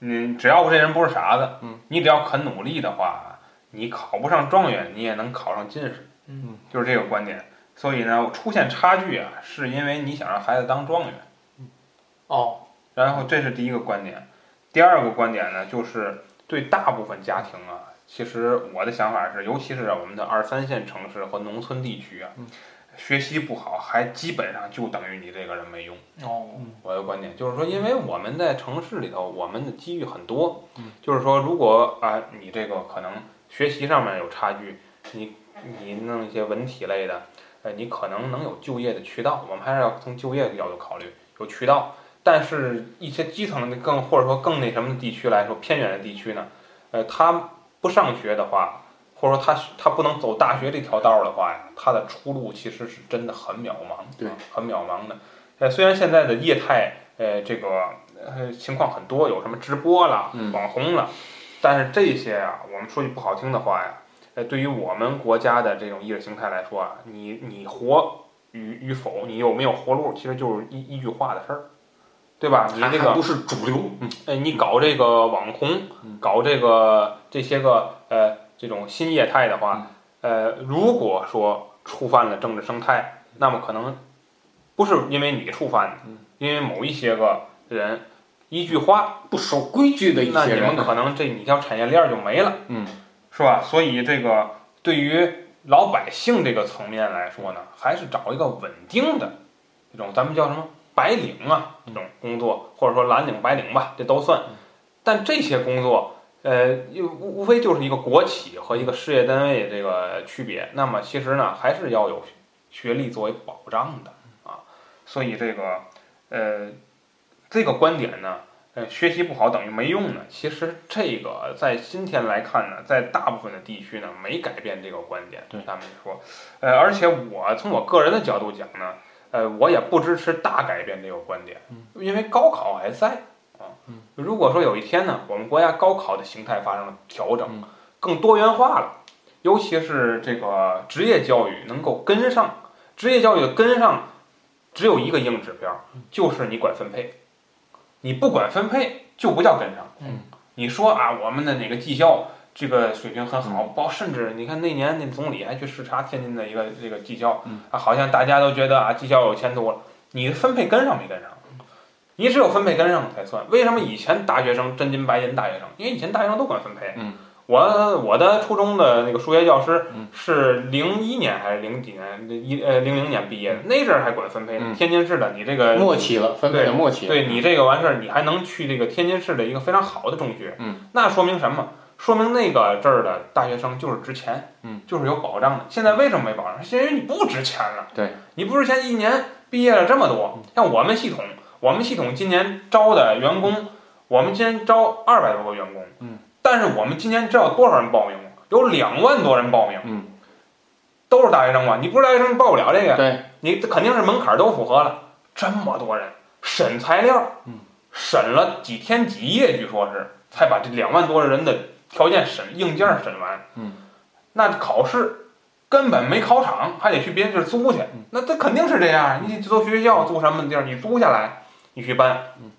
你只要这人不是傻子，
嗯，
你只要肯努力的话，你考不上状元，你也能考上进士。
嗯，
就是这个观点。所以呢，出现差距啊，是因为你想让孩子当状元。
哦，
然后这是第一个观点，第二个观点呢，就是对大部分家庭啊，其实我的想法是，尤其是我们的二三线城市和农村地区啊，
嗯
学习不好还基本上就等于你这个人没用。
哦，
我的观点就是说，因为我们在城市里头，我们的机遇很多，
嗯
就是说，如果啊，你这个可能学习上面有差距，你你弄一些文体类的，呃，你可能能有就业的渠道，我们还是要从就业角度考虑，有渠道。但是，一些基层的更或者说更那什么的地区来说，偏远的地区呢，呃，他不上学的话，或者说他他不能走大学这条道儿的话呀，他的出路其实是真的很渺茫，啊
对，
很渺茫的。呃，虽然现在的业态，呃，这个呃情况很多，有什么直播啦、
嗯
网红啦，但是这些啊，我们说句不好听的话呀，呃，对于我们国家的这种意识形态来说啊，你你活与与否，你有没有活路，其实就是一一句话的事儿，对吧？你
还
这
还
个
不是主流，
呃，你搞这个网红
嗯，
搞这个这些个呃这种新业态的话，
嗯
呃，如果说触犯了政治生态，那么可能不是因为你触犯的
嗯，
因为某一些个人一句话，
不守规矩的一
那
些
你
人
们
呢，
可能这你条产业链儿就没了，
嗯，
是吧？所以这个对于老百姓这个层面来说呢，还是找一个稳定的这种咱们叫什么白领啊这
嗯
种工作，或者说蓝领、白领吧，这都算。但这些工作，呃，又无无非就是一个国企和一个事业单位这个区别。那么其实呢，还是要有学历作为保障的啊。所以这个，呃，这个观点呢，呃，学习不好等于没用呢。其实这个在今天来看呢，在大部分的地区呢，没改变这个观点。
对
咱们说，呃，而且我从我个人的角度讲呢，呃，我也不支持大改变这个观点，因为高考还在啊
嗯。
如果说有一天呢，我们国家高考的形态发生了调整，
嗯
更多元化了，尤其是这个职业教育能够跟上，职业教育的跟上只有一个硬指标，就是你管分配，你不管分配就不叫跟上。
嗯，
你说啊，我们的哪个技校这个水平很
嗯
好，包、甚至你看那年那总理还去视察天津的一个这个技校，
嗯
啊，好像大家都觉得啊技校有前途了，你分配跟上没跟上？你只有分配跟上才算。为什么以前大学生真金白银大学生？因为以前大学生都管分配。啊
嗯，
我我的初中的那个数学教师
嗯
是零一年还是零几年一呃零零年毕业的，那阵儿还管分配呢。
嗯
天津市的你这个
默契了，分配的默契了，
对你这个完事儿，你还能去这个天津市的一个非常好的中学，
嗯，
那说明什么？说明那个这儿的大学生就是值钱，
嗯，
就是有保障的。现在为什么没保障？是因为你不值钱了。
对，嗯
你不值钱，一年毕业了这么多。像我们系统，我们系统今年招的员工，我们今年招二百多个员工，
嗯，
但是我们今年知道有多少人报名吗？有两万多人报名，
嗯，
都是大学生吧？你不是大学生，你报不了这个。
对，
你这肯定是门槛都符合了，这么多人审材料，
嗯，
审了几天几夜，据说是才把这两万多人的条件审硬件审完，
嗯，
那考试根本没考场，还得去别的地儿租去，
嗯
那这肯定是这样，你租学校租什么地儿，你租下来，你去办，
嗯，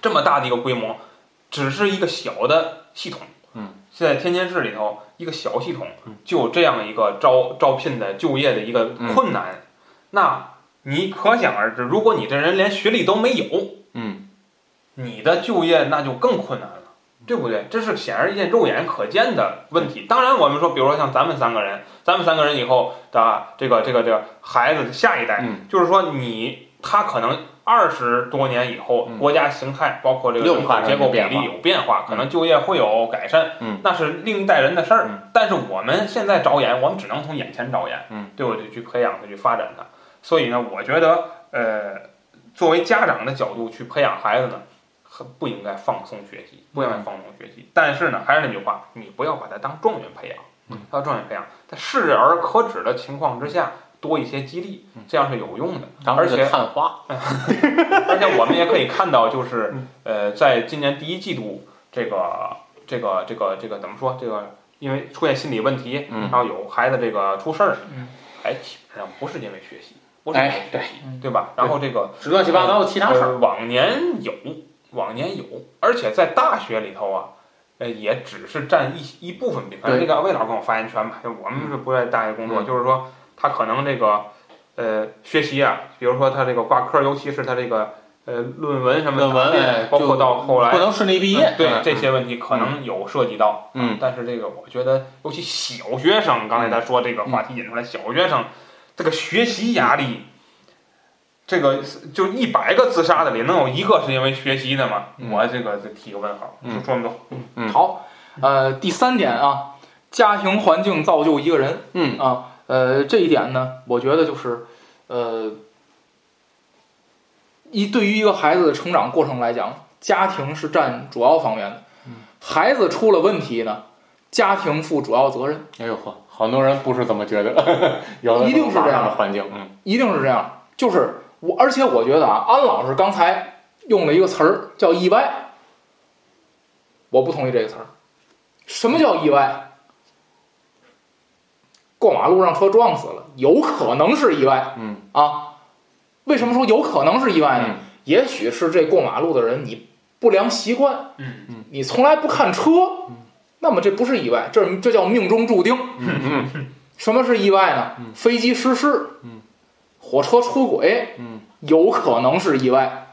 这么大的一个规模，只是一个小的系统，
嗯，
现在天津市里头一个小系统
嗯
就有这样一个招招聘的就业的一个
嗯
困难。那你可想而知，如果你这人连学历都没有，
嗯，
你的就业那就更困难了，对不对？这是显而易见、肉眼可见的问题。当然，我们说，比如说像咱们三个人，咱们三个人以后的这个这个这个孩子的下一代，
嗯
就是说你他可能二十多年以后，
嗯
国家形态包括这个
又
人口
发生
结
一个
构比
变
例
化
有变化，可能就业会有改善，
嗯
那是另一代人的事儿。
嗯
但是我们现在着眼，我们只能从眼前着眼，
嗯
对不对？去培养它，去发展它。所以呢，我觉得，呃，作为家长的角度去培养孩子呢，很不应该放松学习，不应
嗯
该放松学习。但是呢，还是那句话，你不要把它当状元培养
嗯，
当状元培养，在适而可止的情况之下，多一些激励
嗯，
这样是有用的。
当
而
时
且
的探花，
而且我们也可以看到，就是
嗯
呃，在今年第一季度，这个这个这个这个怎么说？这个因为出现心理问题，
嗯
然后有孩子这个出事儿，
嗯
哎，基本上不是因为学习，不是因为
哎
学习，
对
对吧？然后这个
乱七八糟的其他事儿，
呃往年有，往年有，而且在大学里头啊。呃，也只是占一一部分比例。反正这
对
个魏老师跟我发言权吧，就我们是不在大学工作，
嗯
就是说他可能这个呃学习啊，比如说他这个挂科，尤其是他这个呃论文什么的
论文哎
包括到后来
不能顺利毕业
嗯。对
嗯
这些问题可能有涉及到，
嗯
但是这个我觉得，尤其小学生，刚才他说这个话题引出来，小学生这个学习压
嗯
力，这个就一百个自杀的里能有一个是因为学习的吗？
嗯
我这个就提个问号，
嗯
就说不多，
嗯
好，呃，第三点啊，家庭环境造就一个人
嗯
啊，呃，这一点呢，我觉得就是，呃，一对于一个孩子的成长过程来讲，家庭是占主要方面的。孩子出了问题呢，家庭负主要责任，
哎呦呵，好多人不是这么觉得，有的
一定是这样
马上的环境，嗯
一定是这样。就是我，而且我觉得啊，安老师刚才用了一个词儿叫意外，我不同意这个词儿。什么叫意外？过马路让车撞死了，有可能是意外
嗯
啊？为什么说有可能是意外呢？
嗯
也许是这过马路的人你不良习惯，
嗯
你从来不看车，那么这不是意外，这这叫命中注定。
嗯
什么是意外呢？
嗯
飞机失事，
嗯
火车出轨，
嗯
有可能是意外。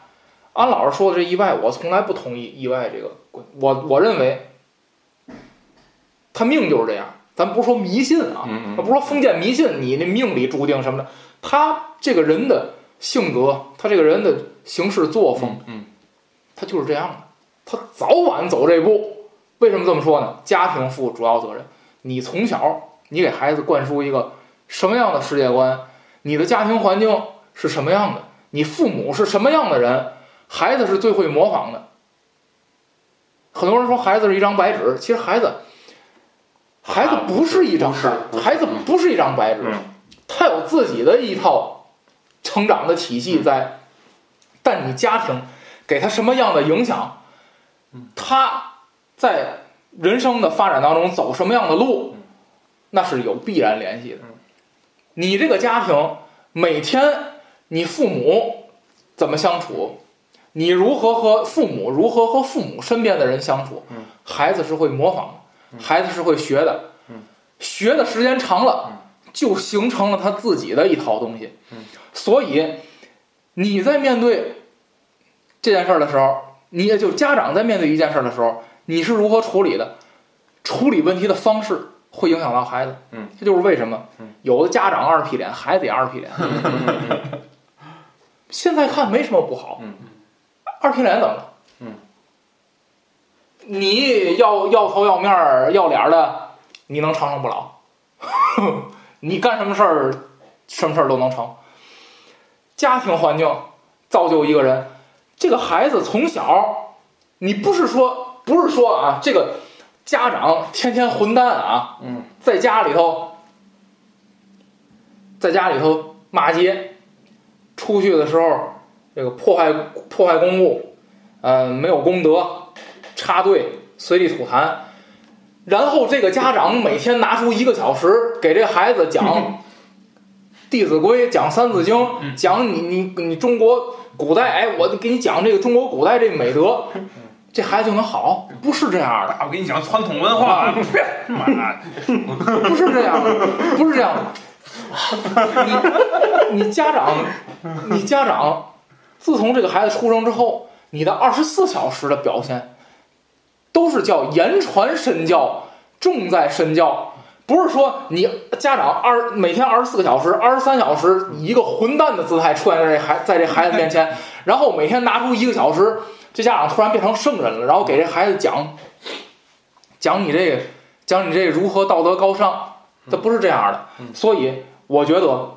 安老师说的这意外，我从来不同意意外这个观。我我认为，他命就是这样。咱不是说迷信啊，
嗯
不是说封建迷信，你那命里注定什么的。他这个人的性格，他这个人的行事作风，
嗯嗯
他就是这样的，他早晚走这步。为什么这么说呢？家庭负主要责任。你从小你给孩子灌输一个什么样的世界观？你的家庭环境是什么样的？你父母是什么样的人？孩子是最会模仿的。很多人说孩子是一张白纸，其实孩子，孩子
啊
不是一张
不是
白
不
纸，
是
孩子不是一张白纸
嗯，
他有自己的一套成长的体
嗯
系在，但你家庭给他什么样的影响，
嗯
他在人生的发展当中走什么样的路，
嗯
那是有必然联系的。你这个家庭每天你父母怎么相处，你如何和父母如何和父母身边的人相处，
嗯
孩子是会模仿的，孩子是会学的，学的时间长
嗯
了，就形成了他自己的一套东西。所以你在面对这件事儿的时候，你也就家长在面对一件事儿的时候，你是如何处理的？处理问题的方式会影响到孩子。
嗯，
这就是为什么
嗯
有的家长二皮脸，孩子也二皮脸。现在看没什么不好。
嗯，
二皮脸怎么了？
嗯，
你要要头要面儿要脸儿的，你能长生不老。 你干什么事儿，什么事儿都能成。家庭环境造就一个人，这个孩子从小，你不是说不是说啊，这个家长天天混蛋啊，
嗯，
在家里头，在家里头骂街，出去的时候这个破坏破坏公物，呃，没有公德，插队，随地吐痰。然后这个家长每天拿出一个小时给这孩子讲《弟子规》，讲《三字经》，讲你你你中国古代，哎，我给你讲这个中国古代这美德，这孩子就能好？不是这样的。
爸，我跟你讲传统文 化， 妈的，
不是这样，不是这样。你你家长，你家长，自从这个孩子出生之后，你的二十四小时的表现，都是叫言传身教，重在身教。不是说你家长二每天二十四个小时、二十三小时以一个混蛋的姿态出现在这孩在这孩子面前，然后每天拿出一个小时，这家长突然变成圣人了，然后给这孩子讲讲你这个讲你这如何道德高尚，这不是这样的。
嗯
所以我觉得，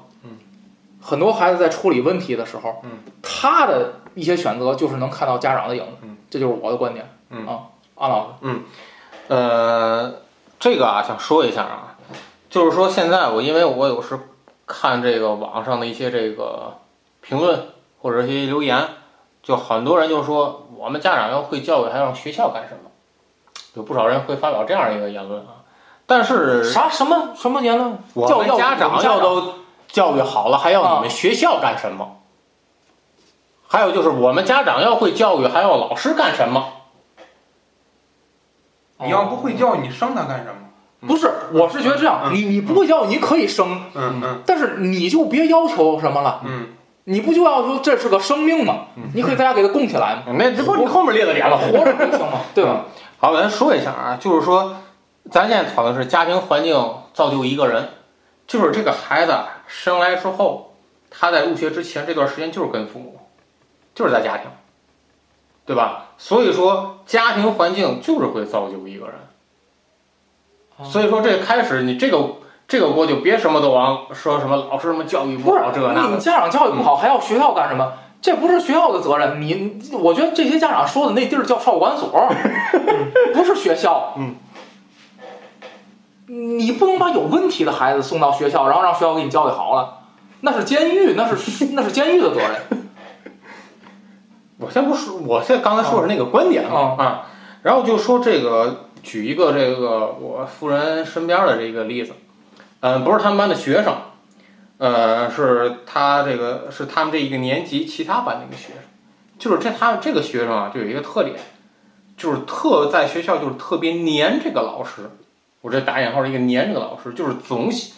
很多孩子在处理问题的时候，
嗯
他的一些选择就是能看到家长的影子
嗯，
这就是我的观点。
嗯
啊，安老师，
呃，这个啊，想说一下啊，就是说现在我因为我有时看这个网上的一些这个评论或者一些留言，就很多人就说我们家长要会教育，还让学校干什么？有不少人会发表这样一个言论啊。但是
啥什么什么言论？
我
教
们
要
家
我们
长
家
要都啊教育好了，还要你们学校干什么？还有就是我们家长要会教育，还要老师干什么？
你要不会教育，你生他干什么？
哦不是，我是觉得这样，
嗯
哦
你你不会教，你可以生，
嗯嗯
但是你就别要求什么了。
嗯
你不就要说这是个生命吗？
嗯
你可以大家给它供起 来吗？
那这不是你后面列的
点
脸
了，
了。
活着就行嘛，对吧？
好，咱说一下啊，就是说，咱现在讨论是家庭环境造就一个人，就是这个孩子啊生来之后，他在入学之前这段时间就是跟父母，就是在家庭，对吧？所以说，家庭环境就是会造就一个人。
啊
所以说，这开始你这个这个锅就别什么都往说什么老师什么教育不好这个那嗯
你
个，
家长教育不好，还要学校干什么？这不是学校的责任，你我觉得这些家长说的那地儿叫少管 所，不是学校。
嗯，
你不能把有问题的孩子送到学校，然后让学校给你教育好了，那是监狱，那是 那是监狱的责任。
我先不说，我现在刚才说的是那个观点嘛、啊，然后就说这个，举一个这个我夫人身边的这个例子，嗯、不是他们班的学生，呃，是他这个是他们这一个年级其他班的一个学生，就是这他这个学生啊，就有一个特点，就是特在学校就是特别黏这个老师，我这打引号的一个黏这个老师，就是总喜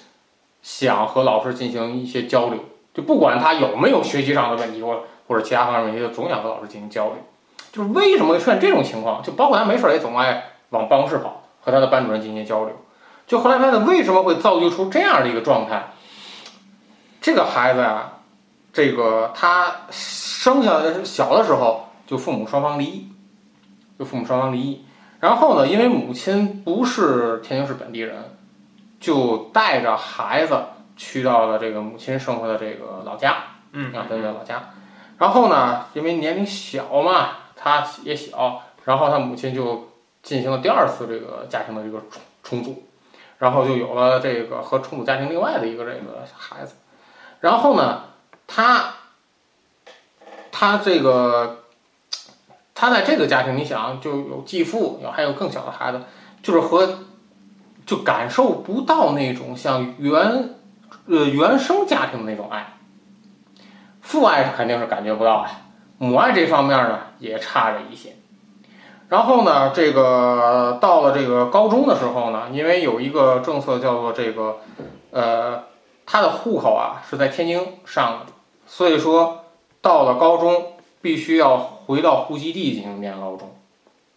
想和老师进行一些交流，就不管他有没有学习上的问题，我或者其他方面问题，就总想和老师进行交流。就是为什么会出现这种情况？就包括他没事儿也总爱往办公室跑，和他的班主任进行交流。就后来发现为什么会造就出这样的一个状态？这个孩子啊，这个他生下来小的时候就父母双方离异，就父母双方离异。然后呢，因为母亲不是天津市本地人，就带着孩子去到了这个母亲生活的这个老家。
嗯
啊，对对，老家。然后呢，因为年龄小嘛，他也小，然后他母亲就进行了第二次这个家庭的这个重重组，然后就有了这个和重组家庭另外的一个这个孩子。然后呢，他他这个他在这个家庭，你想就有继父，有还有更小的孩子，就是和就感受不到那种像原呃原生家庭的那种爱。父爱肯定是感觉不到啊，母爱这方面呢也差着一些。然后呢，这个到了这个高中的时候呢，因为有一个政策叫做这个，呃，他的户口啊是在天津上的，所以说到了高中必须要回到户籍地进行念高中。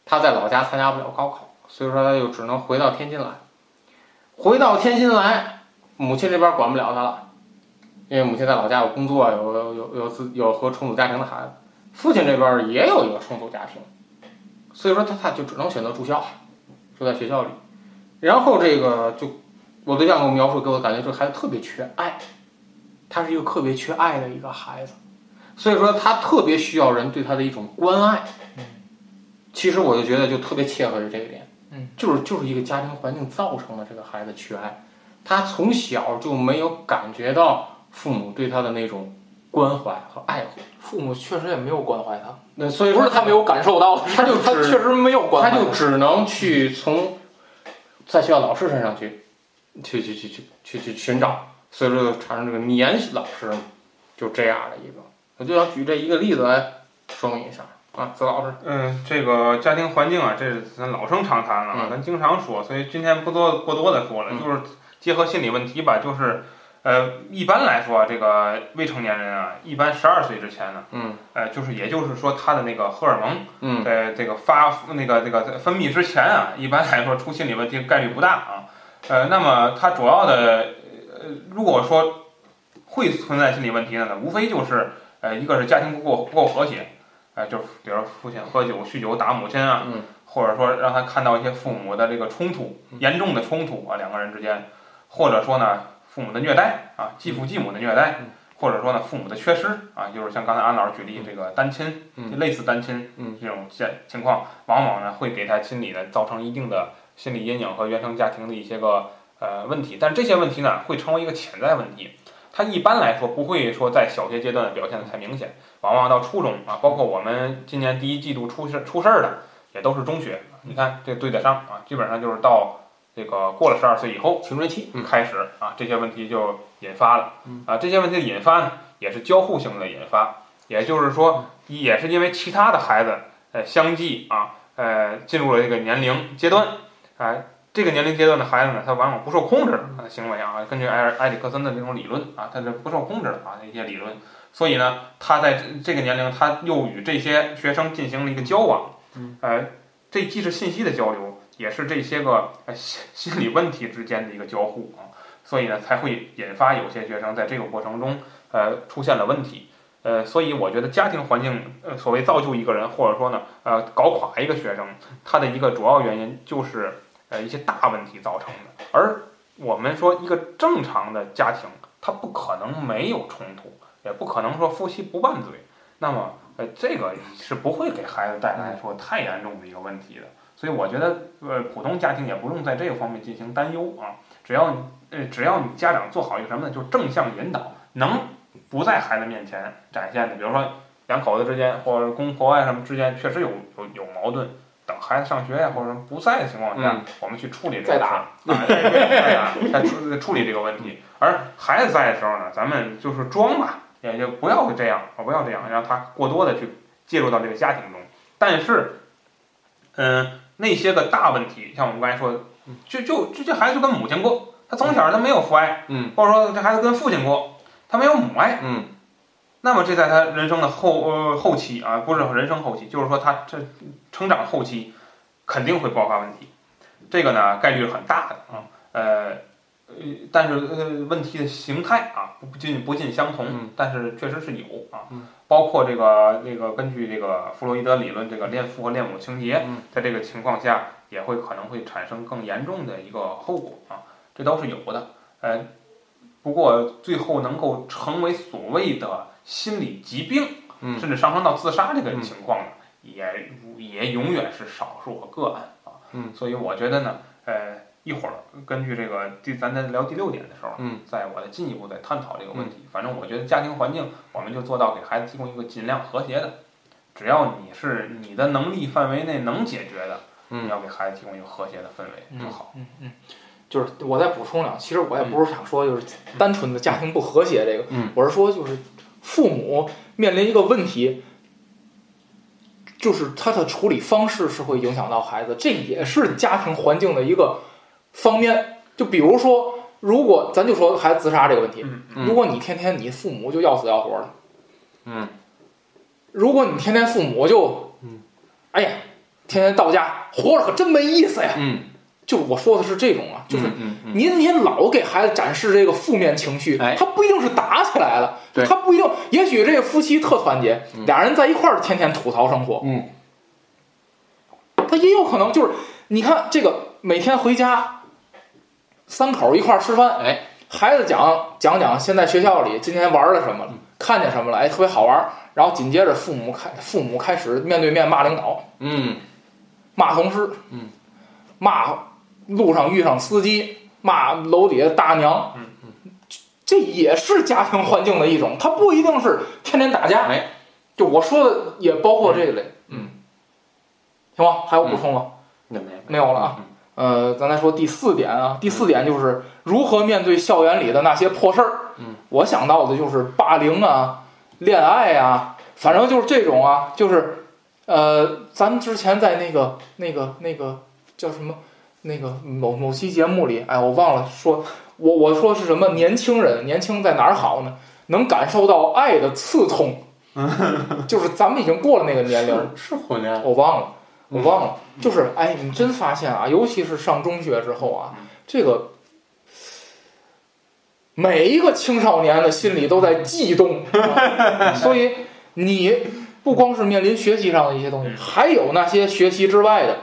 他在老家参加不了高考，所以说他就只能回到天津来。回到天津来，母亲这边管不了他了。因为母亲在老家有工作，有有有有自有和重组家庭的孩子，父亲这边儿也有一个重组家庭，所以说他他就只能选择住校，住在学校里。然后这个就我对象给我描述，给我感觉这个孩子特别缺爱，他是一个特别缺爱的一个孩子，所以说他特别需要人对他的一种关爱。其实我就觉得就特别切合于这一点，
嗯，
就是就是一个家庭环境造成了这个孩子缺爱，他从小就没有感觉到。父母对他的那种关怀和爱护。
父母确实也没有关怀他，
那所以
不
说
是他没有感受到，
他就只
他确实没有关
他
怀，
就只能去从在学校老师身上去去去去去去去寻找，所以说就产生这个黏老师就这样的一个。我就想举这一个例子来说明一下啊，子老师，
嗯，这个家庭环境啊，这是咱老生常谈了啊，
嗯
咱经常说，所以今天不多过多的说了，
嗯
就是结合心理问题吧，就是，呃，一般来说啊，这个未成年人啊，一般十二岁之前呢，
嗯
呃，就是也就是说他的那个荷尔蒙
嗯
在这个发那个这个分泌之前啊，一般来说出心理问题概率不大啊，呃，那么它主要的，呃，如果说会存在心理问题的呢，无非就是，呃，一个是家庭不够不够和谐，呃，就是比如父亲喝酒酗酒打母亲啊，
嗯
或者说让他看到一些父母的这个冲突，严重的冲突啊，两个人之间，或者说呢，父母的虐待啊，继父继母的虐待
嗯，
或者说呢，父母的缺失啊，就是像刚才安老师举例
嗯
这个单亲，
嗯
类似单亲
嗯
这种现情况，往往呢会给他心理呢造成一定的心理阴影和原生家庭的一些个呃问题，但这些问题呢会成为一个潜在问题。他一般来说不会说在小学阶段表现的太明显，往往到初中啊，包括我们今年第一季度出事出事儿的，也都是中学。你看这对得上啊，基本上就是到这个过了十二岁以后
青春期，嗯
开始啊，这些问题就引发了
嗯
啊，这些问题的引发呢，也是交互性的引发，也就是说，
嗯
也是因为其他的孩子呃相继啊呃进入了这个年龄阶段，哎、这个年龄阶段的孩子呢，他往往不受控制
嗯
他的行为啊，根据埃尔埃里克森的这种理论啊，他是不受控制的啊一些理论，所以呢，他在这这个年龄，他又与这些学生进行了一个交往，
嗯，
呃，这既是信息的交流，也是这些个呃心心理问题之间的一个交互啊，所以呢，才会引发有些学生在这个过程中呃出现了问题。呃，所以我觉得家庭环境，呃，所谓造就一个人，或者说呢，呃，搞垮一个学生，他的一个主要原因就是呃一些大问题造成的。而我们说一个正常的家庭，它不可能没有冲突，也不可能说夫妻不拌嘴。那么，呃，这个是不会给孩子带来说太严重的一个问题的。所以我觉得，呃，普通家庭也不用在这个方面进行担忧啊。只要你，呃，只要你家长做好一个什么呢，就是正向引导，能不在孩子面前展现的，比如说两口子之间或者公婆啊什么之间确实有有有矛盾，等孩子上学呀、或者不在的情况下，我们去处理这个
嗯再
事
打
儿，啊对对再打，再处处理这个问题。而孩子在的时候呢，咱们就是装吧，也就不要这样，不要这样，让他过多的去介入到这个家庭中。但是，嗯、那些个大问题，像我们刚才说的，就就就这孩子就跟母亲过，他从小他没有父爱，
嗯，
或者说这孩子跟父亲过，他没有母爱，
嗯，
那么这在他人生的后呃后期啊，不是人生后期，就是说他这成长后期肯定会爆发问题，这个呢概率是很大的啊，呃。呃，但是呃，问题的形态啊，不不尽不尽相同，
嗯
但是确实是有啊，
嗯
包括这个这个根据这个弗洛伊德理论，这个恋父和恋母情节，
嗯
在这个情况下也会可能会产生更严重的一个后果啊，这都是有的。呃，不过最后能够成为所谓的心理疾病，
嗯
甚至上升到自杀这个
嗯
情况呢，也也永远是少数和个案啊。
嗯，
所以我觉得呢，呃，一会儿根据这个第咱在聊第六点的时候，
嗯，
在我再进一步再探讨这个问题。反正我觉得家庭环境，我们就做到给孩子提供一个尽量和谐的，只要你是你的能力范围内能解决的，
嗯
你要给孩子提供一个和谐的氛围就好。
嗯嗯，就是我再补充两，其实我也不是想说就是单纯的家庭不和谐这个，
嗯
我是说就是父母面临一个问题，就是他的处理方式是会影响到孩子，这也是家庭环境的一个方面。就比如说，如果咱就说孩子自杀这个问题，
嗯
嗯
如果你天天你父母就要死要活的，
嗯，
如果你天天父母就，
嗯，
哎呀，天天到家活着可真没意思呀。
嗯，
就我说的是这种啊，就是
嗯嗯
您您老给孩子展示这个负面情绪，
哎
他不一定是打起来了，
对
他不一定，也许这个夫妻特团结，
嗯
俩人在一块儿天天吐槽生活，
嗯，
他也有可能就是，你看这个每天回家，三口一块儿吃饭，
哎，
孩子讲讲讲现在学校里今天玩了什么
嗯
了，看见什么了，哎，特别好玩儿，然后紧接着父母开父母开始面对面骂领导，
嗯
骂同事，
嗯，
骂路上遇上司机，骂楼底下大娘，
嗯
这也是家庭环境的一种，它不一定是天天打架。
哎，
就我说的也包括这一类，
嗯，
行吗？还有补充吗？
那没
没有了啊。
嗯
呃，咱再说第四点啊，第四点就是如何面对校园里的那些破事儿。
嗯，
我想到的就是霸凌啊、恋爱啊，反正就是这种啊，就是呃，咱们之前在那个那个那个叫什么那个某某期节目里，哎，我忘了说，我我说是什么年轻人，年轻在哪儿好呢？能感受到爱的刺 痛，就是咱们已经过了那个年龄，
是是混的，
我忘了，
嗯
我忘了，就是哎，你真发现啊，尤其是上中学之后啊
嗯，
这个每一个青少年的心里都在悸动，啊 所以你不光是面临学习上的一些东西
嗯，
还有那些学习之外的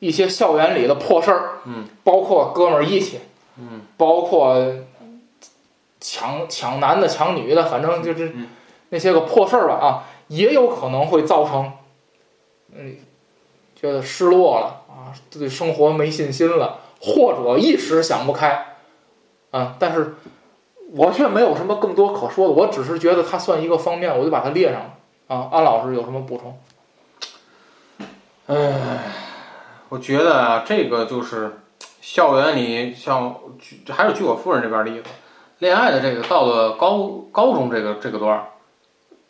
一些校园里的破事儿，
嗯，
包括哥们儿义气，
嗯，
包括抢抢男的、抢女的，反正就是
嗯
那些个破事儿吧啊，也有可能会造成，嗯，觉得失落了啊，对生活没信心了，或者一时想不开，啊，但是我却没有什么更多可说的，我只是觉得它算一个方面，我就把它列上了。啊，安老师有什么补充？
我觉得啊，这个就是校园里像，举还是举我夫人这边例子，恋爱的这个到了高高中这个这个段儿，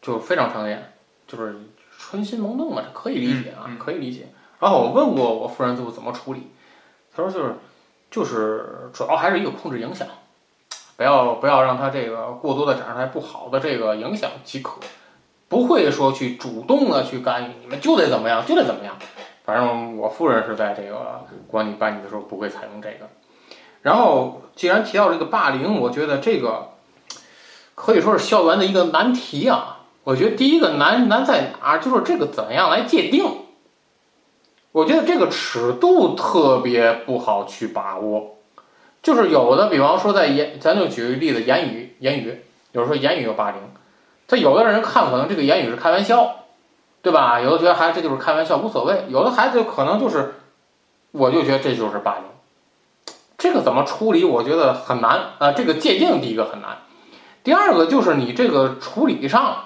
就非常常见，就是春心萌动嘛，这可以理解啊，
嗯嗯
可以理解。然后我问过我夫人最后怎么处理，他说就是就是主要还是一个控制影响，不要不要让他这个过多的产生来不好的这个影响即可，不会说去主动的去干预，你们就得怎么样就得怎么样。反正我夫人是在这个管理办理的时候不会采用这个。然后既然提到这个霸凌，我觉得这个可以说是校园的一个难题啊。我觉得第一个难难在哪儿，就是这个怎样来界定。我觉得这个尺度特别不好去把握，就是有的，比方说在言，咱就举个例子，言语言语，有时候言语有霸凌，他有的人看可能这个言语是开玩笑，对吧？有的觉得还这就是开玩笑，无所谓；有的孩子可能就是，我就觉得这就是霸凌，这个怎么处理？我觉得很难啊、呃这个界定第一个很难，第二个就是你这个处理上。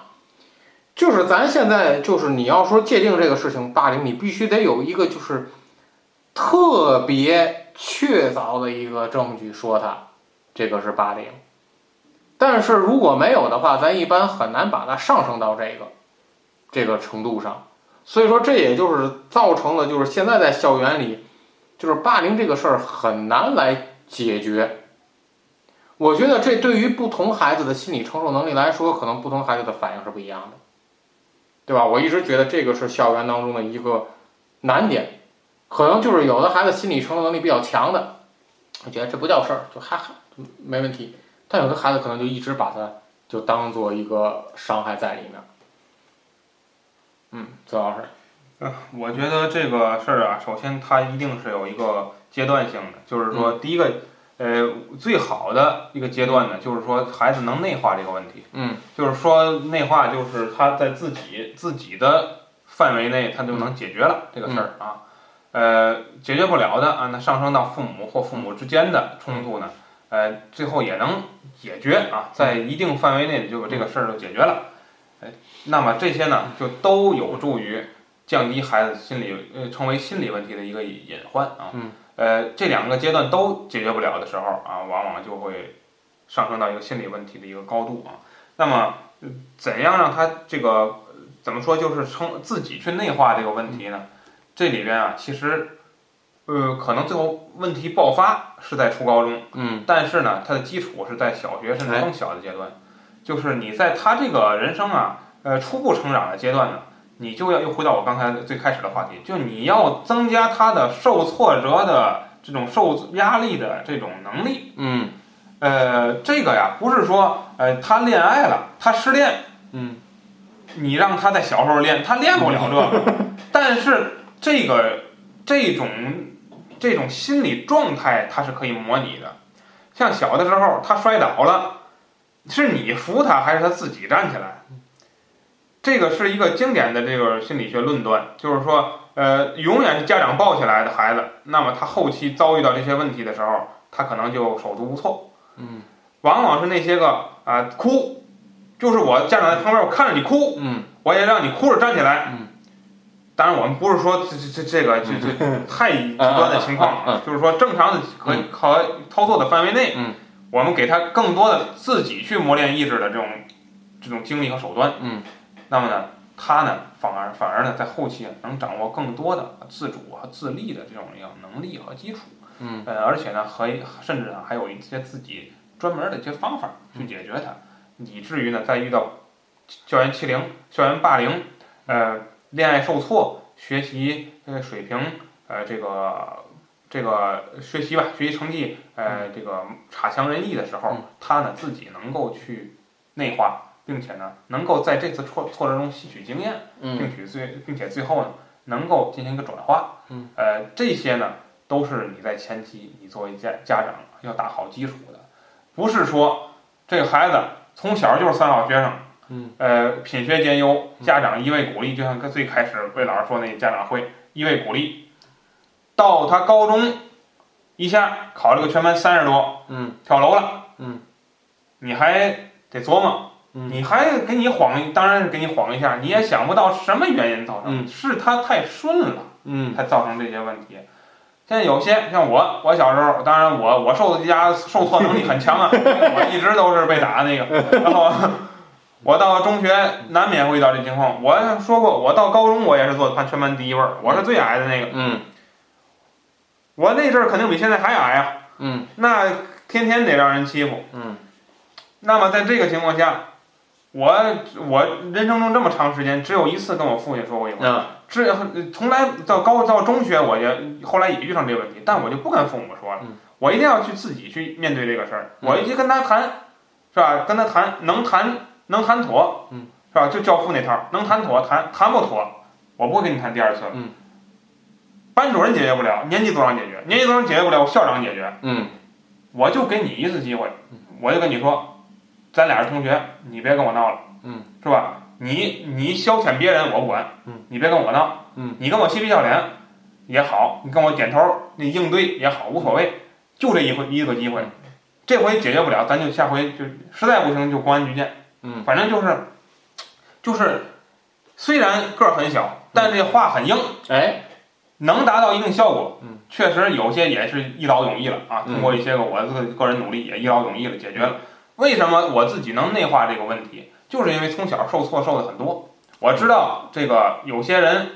就是咱现在就是你要说界定这个事情霸凌，你必须得有一个就是特别确凿的一个证据说它这个是霸凌。但是如果没有的话，咱一般很难把它上升到这个这个程度上。所以说，这也就是造成了就是现在在校园里，就是霸凌这个事儿很难来解决。我觉得这对于不同孩子的心理承受能力来说，可能不同孩子的反应是不一样的。对吧？我一直觉得这个是校园当中的一个难点，可能就是有的孩子心理承受能力比较强的，我觉得这不叫事儿，就还还没问题。但有的孩子可能就一直把它就当做一个伤害在里面。嗯，周老师，
呃，我觉得这个事儿啊，首先它一定是有一个阶段性的，就是说，第一个，呃，最好的一个阶段呢，就是说孩子能内化这个问题，
嗯，
就是说内化就是他在自己自己的范围内，他就能解决了、这个事儿啊。呃，解决不了的啊，那上升到父母或父母之间的冲突呢，呃，最后也能解决啊，在一定范围内就把这个事儿就解决了。哎，那么这些呢，就都有助于降低孩子心理呃成为心理问题的一个隐患啊。
嗯。
呃，这两个阶段都解决不了的时候啊，往往就会上升到一个心理问题的一个高度啊。那么，呃怎样让他这个呃怎么说，就是称自己去内化这个问题呢？这里边啊，其实呃，可能最后问题爆发是在初高中。
嗯
但是呢，它的基础是在小学甚至更小的阶段，就是你在他这个人生啊，呃，初步成长的阶段呢，你就要又回到我刚才最开始的话题，就你要增加他的受挫折的这种受压力的这种能力，
嗯
呃，这个呀，不是说呃他恋爱了，他失恋，
嗯，
你让他在小时候练，他练不了这个。但是这个这种这种心理状态，它是可以模拟的。像小的时候，他摔倒了，是你扶他还是他自己站起来？这个是一个经典的这个心理学论断，就是说，呃，永远是家长抱起来的孩子，那么他后期遭遇到这些问题的时候，他可能就手足无措。
嗯
往往是那些个啊、哭，就是我家长在旁边，我看着你哭，
嗯
我也让你哭着站起来。
嗯
当然，我们不是说这这这这个这这 太极端的情况
嗯嗯嗯嗯
了，就是说正常的可
嗯
可操作的范围内，
嗯
我们给他更多的自己去磨练意志的这种这种精力和手段。
嗯
那么呢，他呢反而反而呢在后期啊能掌握更多的自主和自立的这种一个能力和基础。
嗯
呃，而且呢，和甚至呢，啊还有一些自己专门的一些方法
嗯
去解决它，以至于呢，在遇到校园欺凌、校园霸凌，呃，恋爱受挫、学习呃水平，呃，这个这个学习吧，学习成绩，呃，这个差强人意的时候
嗯，
他呢自己能够去内化，并且呢，能够在这次挫挫折中吸取经验。
嗯
并且最并且最后呢，能够进行一个转化。
嗯，
呃，这些呢都是你在前期你作为家家长要打好基础的，不是说这个孩子从小就是三好学生，
嗯，
呃，品学兼优，家长一味鼓励，就像跟最开始魏老师说那家长会一味鼓励，到他高中一下考了个全班三十多，
嗯
跳楼了，
嗯，
你还得琢磨。
嗯
你还给你晃，当然是给你晃一下，你也想不到什么原因造成，
嗯
是他太顺了
嗯
才造成这些问题。现在有些像我，我小时候，当然我我受家受挫能力很强啊， 我一直都是被打那个，然后我到中学难免会遇到这情况。我说过，我到高中我也是做班全班第一位儿，我是最矮的那个。
嗯
我那阵儿肯定比现在还矮啊，
嗯
那天天得让人欺负。
嗯
那么在这个情况下，我我人生中这么长时间，只有一次跟我父亲说过一回。
嗯
这呃从来到高到中学，我也后来也遇上这个问题，但我就不跟父母说了，
嗯
我一定要去自己去面对这个事儿。
嗯
我一跟他谈，是吧？跟他谈，能谈能谈妥，
嗯
是吧？就教父那套儿，能谈妥谈，谈不妥，我不会跟你谈第二次了。
嗯
班主任解决不了，年级组长解决，年级组长解决不了，我校长解决。
嗯
我就给你一次机会，我就跟你说，咱俩是同学，你别跟我闹了，
嗯，
是吧？你你消遣别人我不管，
嗯，
你别跟我闹，
嗯，
你跟我嬉皮笑脸也好，你跟我点头那应对也好，无所谓，就这一回一个机会
嗯，
这回解决不了，咱就下回就实在不行就公安局见。
嗯
反正就是，就是虽然个儿很小，但这话很硬，
哎
能达到一定效果。
嗯，
确实有些也是一劳永逸了啊，
嗯
通过一些个我自己个人努力也一劳永逸了解决了。为什么我自己能内化这个问题？就是因为从小受挫受的很多，我知道这个有些人，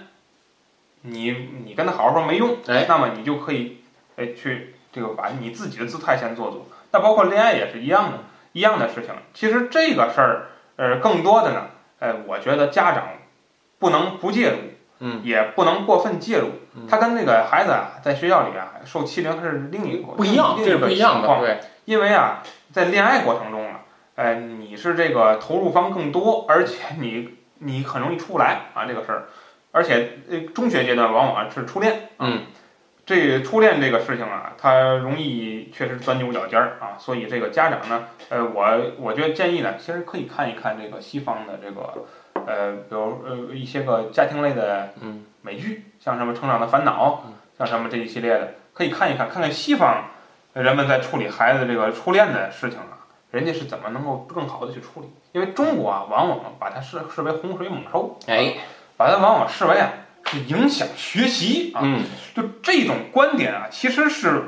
你你跟他好好说没用，
哎
那么你就可以哎去这个把你自己的姿态先做足。那包括恋爱也是一样的，一样的事情。其实这个事儿，呃，更多的呢，呃，我觉得家长不能不介入，
嗯，
也不能过分介入。
嗯
他跟那个孩子啊，在学校里啊受欺凌是另一个
不一样，
另
这是不一样
个情况
的，对，
因为啊，在恋爱过程中啊，呃，你是这个投入方更多，而且 你你很容易出不来啊这个事儿，而且呃，中学阶段往往是初恋，啊
嗯，
这个初恋这个事情啊，它容易确实钻牛角尖儿啊，所以这个家长呢，呃，我我觉得建议呢，其实可以看一看这个西方的这个。呃，比如呃一些个家庭类的
嗯
美剧，像什么《成长的烦恼
嗯》，
像什么这一系列的，可以看一看，看看西方人们在处理孩子这个初恋的事情啊，人家是怎么能够更好的去处理？因为中国啊，往往把它视视为洪水猛兽，
哎
把它往往视为啊是影响学习啊，
嗯
就这种观点啊，其实是，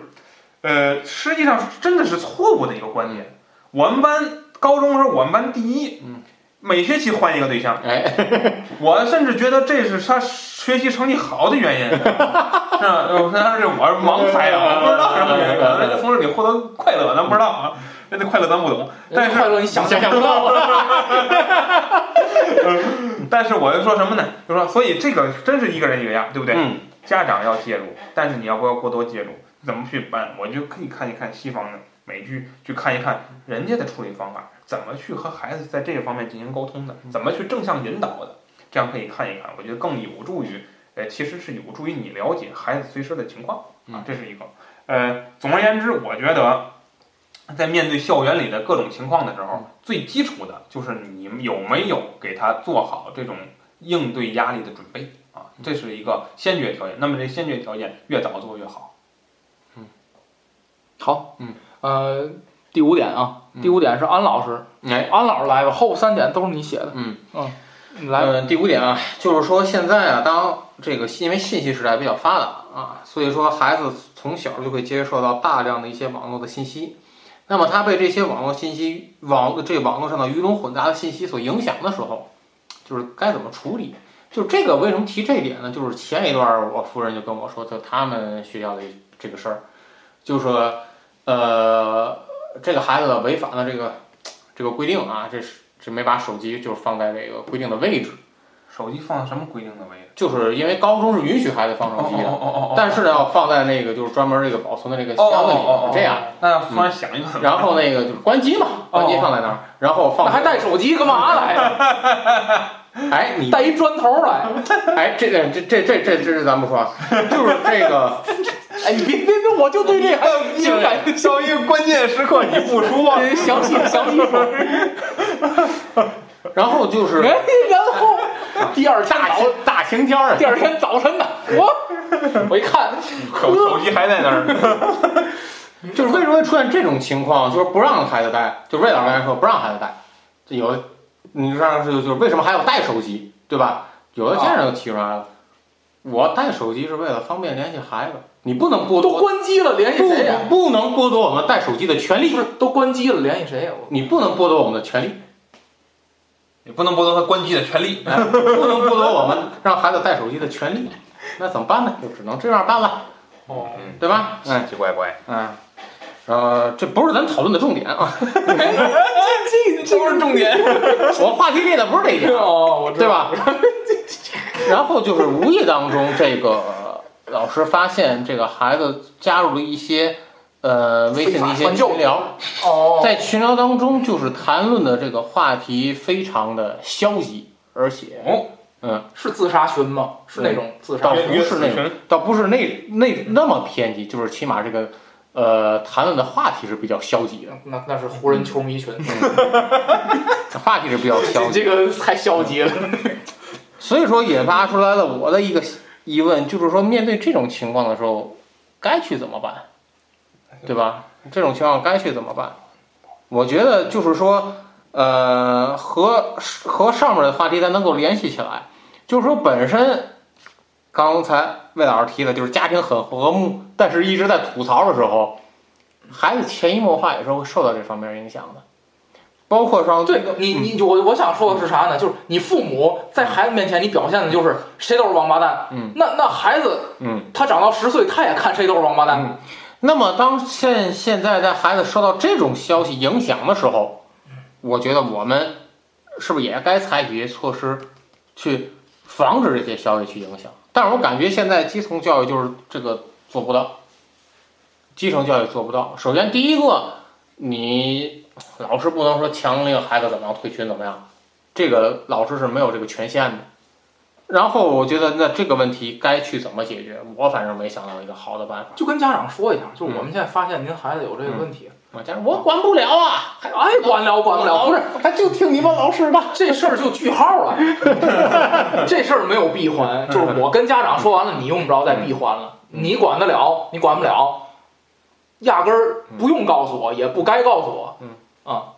呃，实际上真的是错误的一个观点。我们班高中时候，我们班第一，
嗯，
每学期换一个对象，
哎
我甚至觉得这是他学习成绩好的原因，是吧？呃但是我是盲猜的，我不知道什么原因，可能人家从这里获得快乐，咱不知道啊，人家快乐咱不懂，但是
快乐你想象不到啊，
嗯
但是我就说什么呢？就说所以这个真是一个人一个样，对不对？
嗯
家长要介入，但是你要不要过多介入？怎么去办？我就可以看一看西方的美剧，去看一看人家的处理方法，怎么去和孩子在这个方面进行沟通的，怎么去正向引导的，这样可以看一看，我觉得更有助于，呃，其实是有助于你了解孩子随时的情况啊
嗯，
这是一个。呃，总而言之，我觉得在面对校园里的各种情况的时候，最基础的就是你们有没有给他做好这种应对压力的准备啊，这是一个先决条件。那么这先决条件越早做越好。
好，
嗯，
呃，第五点啊，
嗯
第五点是安老师，
哎，
安老师来吧，后三点都是你写的，
嗯
你来吧，
嗯，第五点啊，就是说现在啊，当这个因为信息时代比较发达啊，所以说孩子从小就会接受到大量的一些网络的信息。那么他被这些网络信息、网这网络上的鱼龙混杂的信息所影响的时候，就是该怎么处理？就是这个为什么提这一点呢？就是前一段儿我夫人就跟我说，就他们学校的这个事儿，就说，呃，这个孩子违反了这个这个规定啊，这是这没把手机就是放在这个规定的位置，
手机放在什么规定的位置？
就是因为高中是允许孩子放手机的，
哦
但是呢要放在那个就是专门这个保存的这个箱子里面这样，，
哦
嗯
那突然想一个，
然后那个就是关机嘛，关机放在那儿，然后
呃那
放
还带手机干嘛来？啊
哎你
带一砖头来？
哎这这这这这这这咱不说啊，就是这个
哎，你别别别，我就对这还 有情感。
到一个关键时刻你不说，
详细详 细说，
然后就是
哎，然后第二天
大
早
晴大晴天儿啊
第，二天早晨呢， 我我一看，
手手机还在那 儿。
就是为什么会出现这种情况？就是不让孩子带，就魏老师刚才说不让孩子带，这有，你上是就是为什么还要带手机，对吧？有的家长就提出来了，我带手机是为了方便联系孩子，你不能剥
我都
夺，
关机了，联系
不
谁呀？
不能剥夺我们带手机的权利
不，是都关机了，联系谁呀？我
你不能剥夺我们的权利，
你不能剥夺他关机的权利。
哎不能剥夺我们让孩子带手机的权利，那怎么办呢？就只能这样办了。
哦，
嗯，
对吧？嗯
奇奇怪怪，
嗯，呃，这不是咱讨论的重点啊，
这这不是重点
我话题列的不是这一点，啊
哦，我知
对
道？
吧？然后就是无意当中，这个老师发现这个孩子加入了一些呃微信的一些群聊，
哦，
在群聊当中就是谈论的这个话题非常的消极，而且
是自杀群吗？是那种自杀
倒
群？
不是那种，倒不是那那那么偏激，就是起码这个呃谈论的话题是比较消极的，
那那那是湖人球迷群，
话题是比较嗯消
你
极
这
的，
个太消极了。
所以说引发出来了我的一个疑问，就是说面对这种情况的时候，该去怎么办，对吧？这种情况该去怎么办？我觉得就是说，呃，和和上面的话题咱能够联系起来，就是说本身刚才魏老师提的，就是家庭很和睦，但是一直在吐槽的时候，孩子潜移默化也是会受到这方面影响的，包括说
对你，
嗯
你我我想说的是啥呢？就是你父母在孩子面前，你表现的就是谁都是王八蛋。
嗯，
那那孩子
嗯。
他长到十岁，他也看谁都是王八蛋。
那么，当现现在在孩子受到这种消息影响的时候，我觉得我们是不是也该采取一些措施去防止这些消息去影响？但是我感觉现在基层教育就是这个做不到，基层教育做不到。首先，第一个，你老师不能说强令孩子怎么样退群怎么样，这个老师是没有这个权限的。然后我觉得，那这个问题该去怎么解决？我反正没想到一个好的办法。
就跟家长说一下，
嗯
就是我们现在发现您孩子有这个问题，
我家人我管不了啊，还
爱管哎了管不了，不是
他就听你们老师的。
这事儿就句号了，这事儿没有闭环，就是我跟家长说完了，你用不着再闭环了，你管得了，你管不了，压根儿不用告诉我，也不该告诉我。
啊，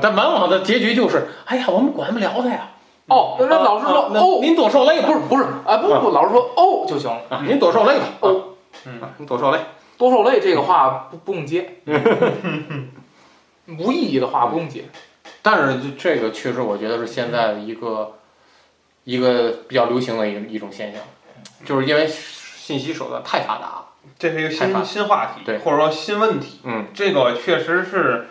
但往往的结局就是，哎呀，我们管不了他呀。
哦，那老师说
啊那
哦，
您多受累吧
不是不是，哎不不，老师说哦就行了，
啊，您多受累吧。
哦
嗯
啊，您多受累。
多受累这个话不不用接，无意义的话不用接。
但是就这个确实，我觉得是现在的一个一个比较流行的一个一种现象，就是因为信息手段太发达了。
这是一个
害怕
新新话题，
对
或者说新问题。
嗯，
这个确实是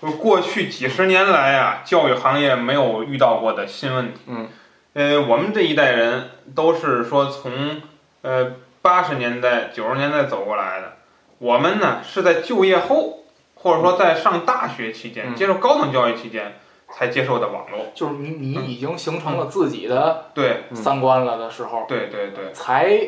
呃过去几十年来啊，教育行业没有遇到过的新问题。
嗯，
呃，我们这一代人都是说从呃八十年代、九十年代走过来的。我们呢是在就业后，或者说在上大学期间、
嗯
接受高等教育期间才接受的网络。
就是你你已经形成了自己的
对，
嗯
三观了的时候，
对，对，对。
才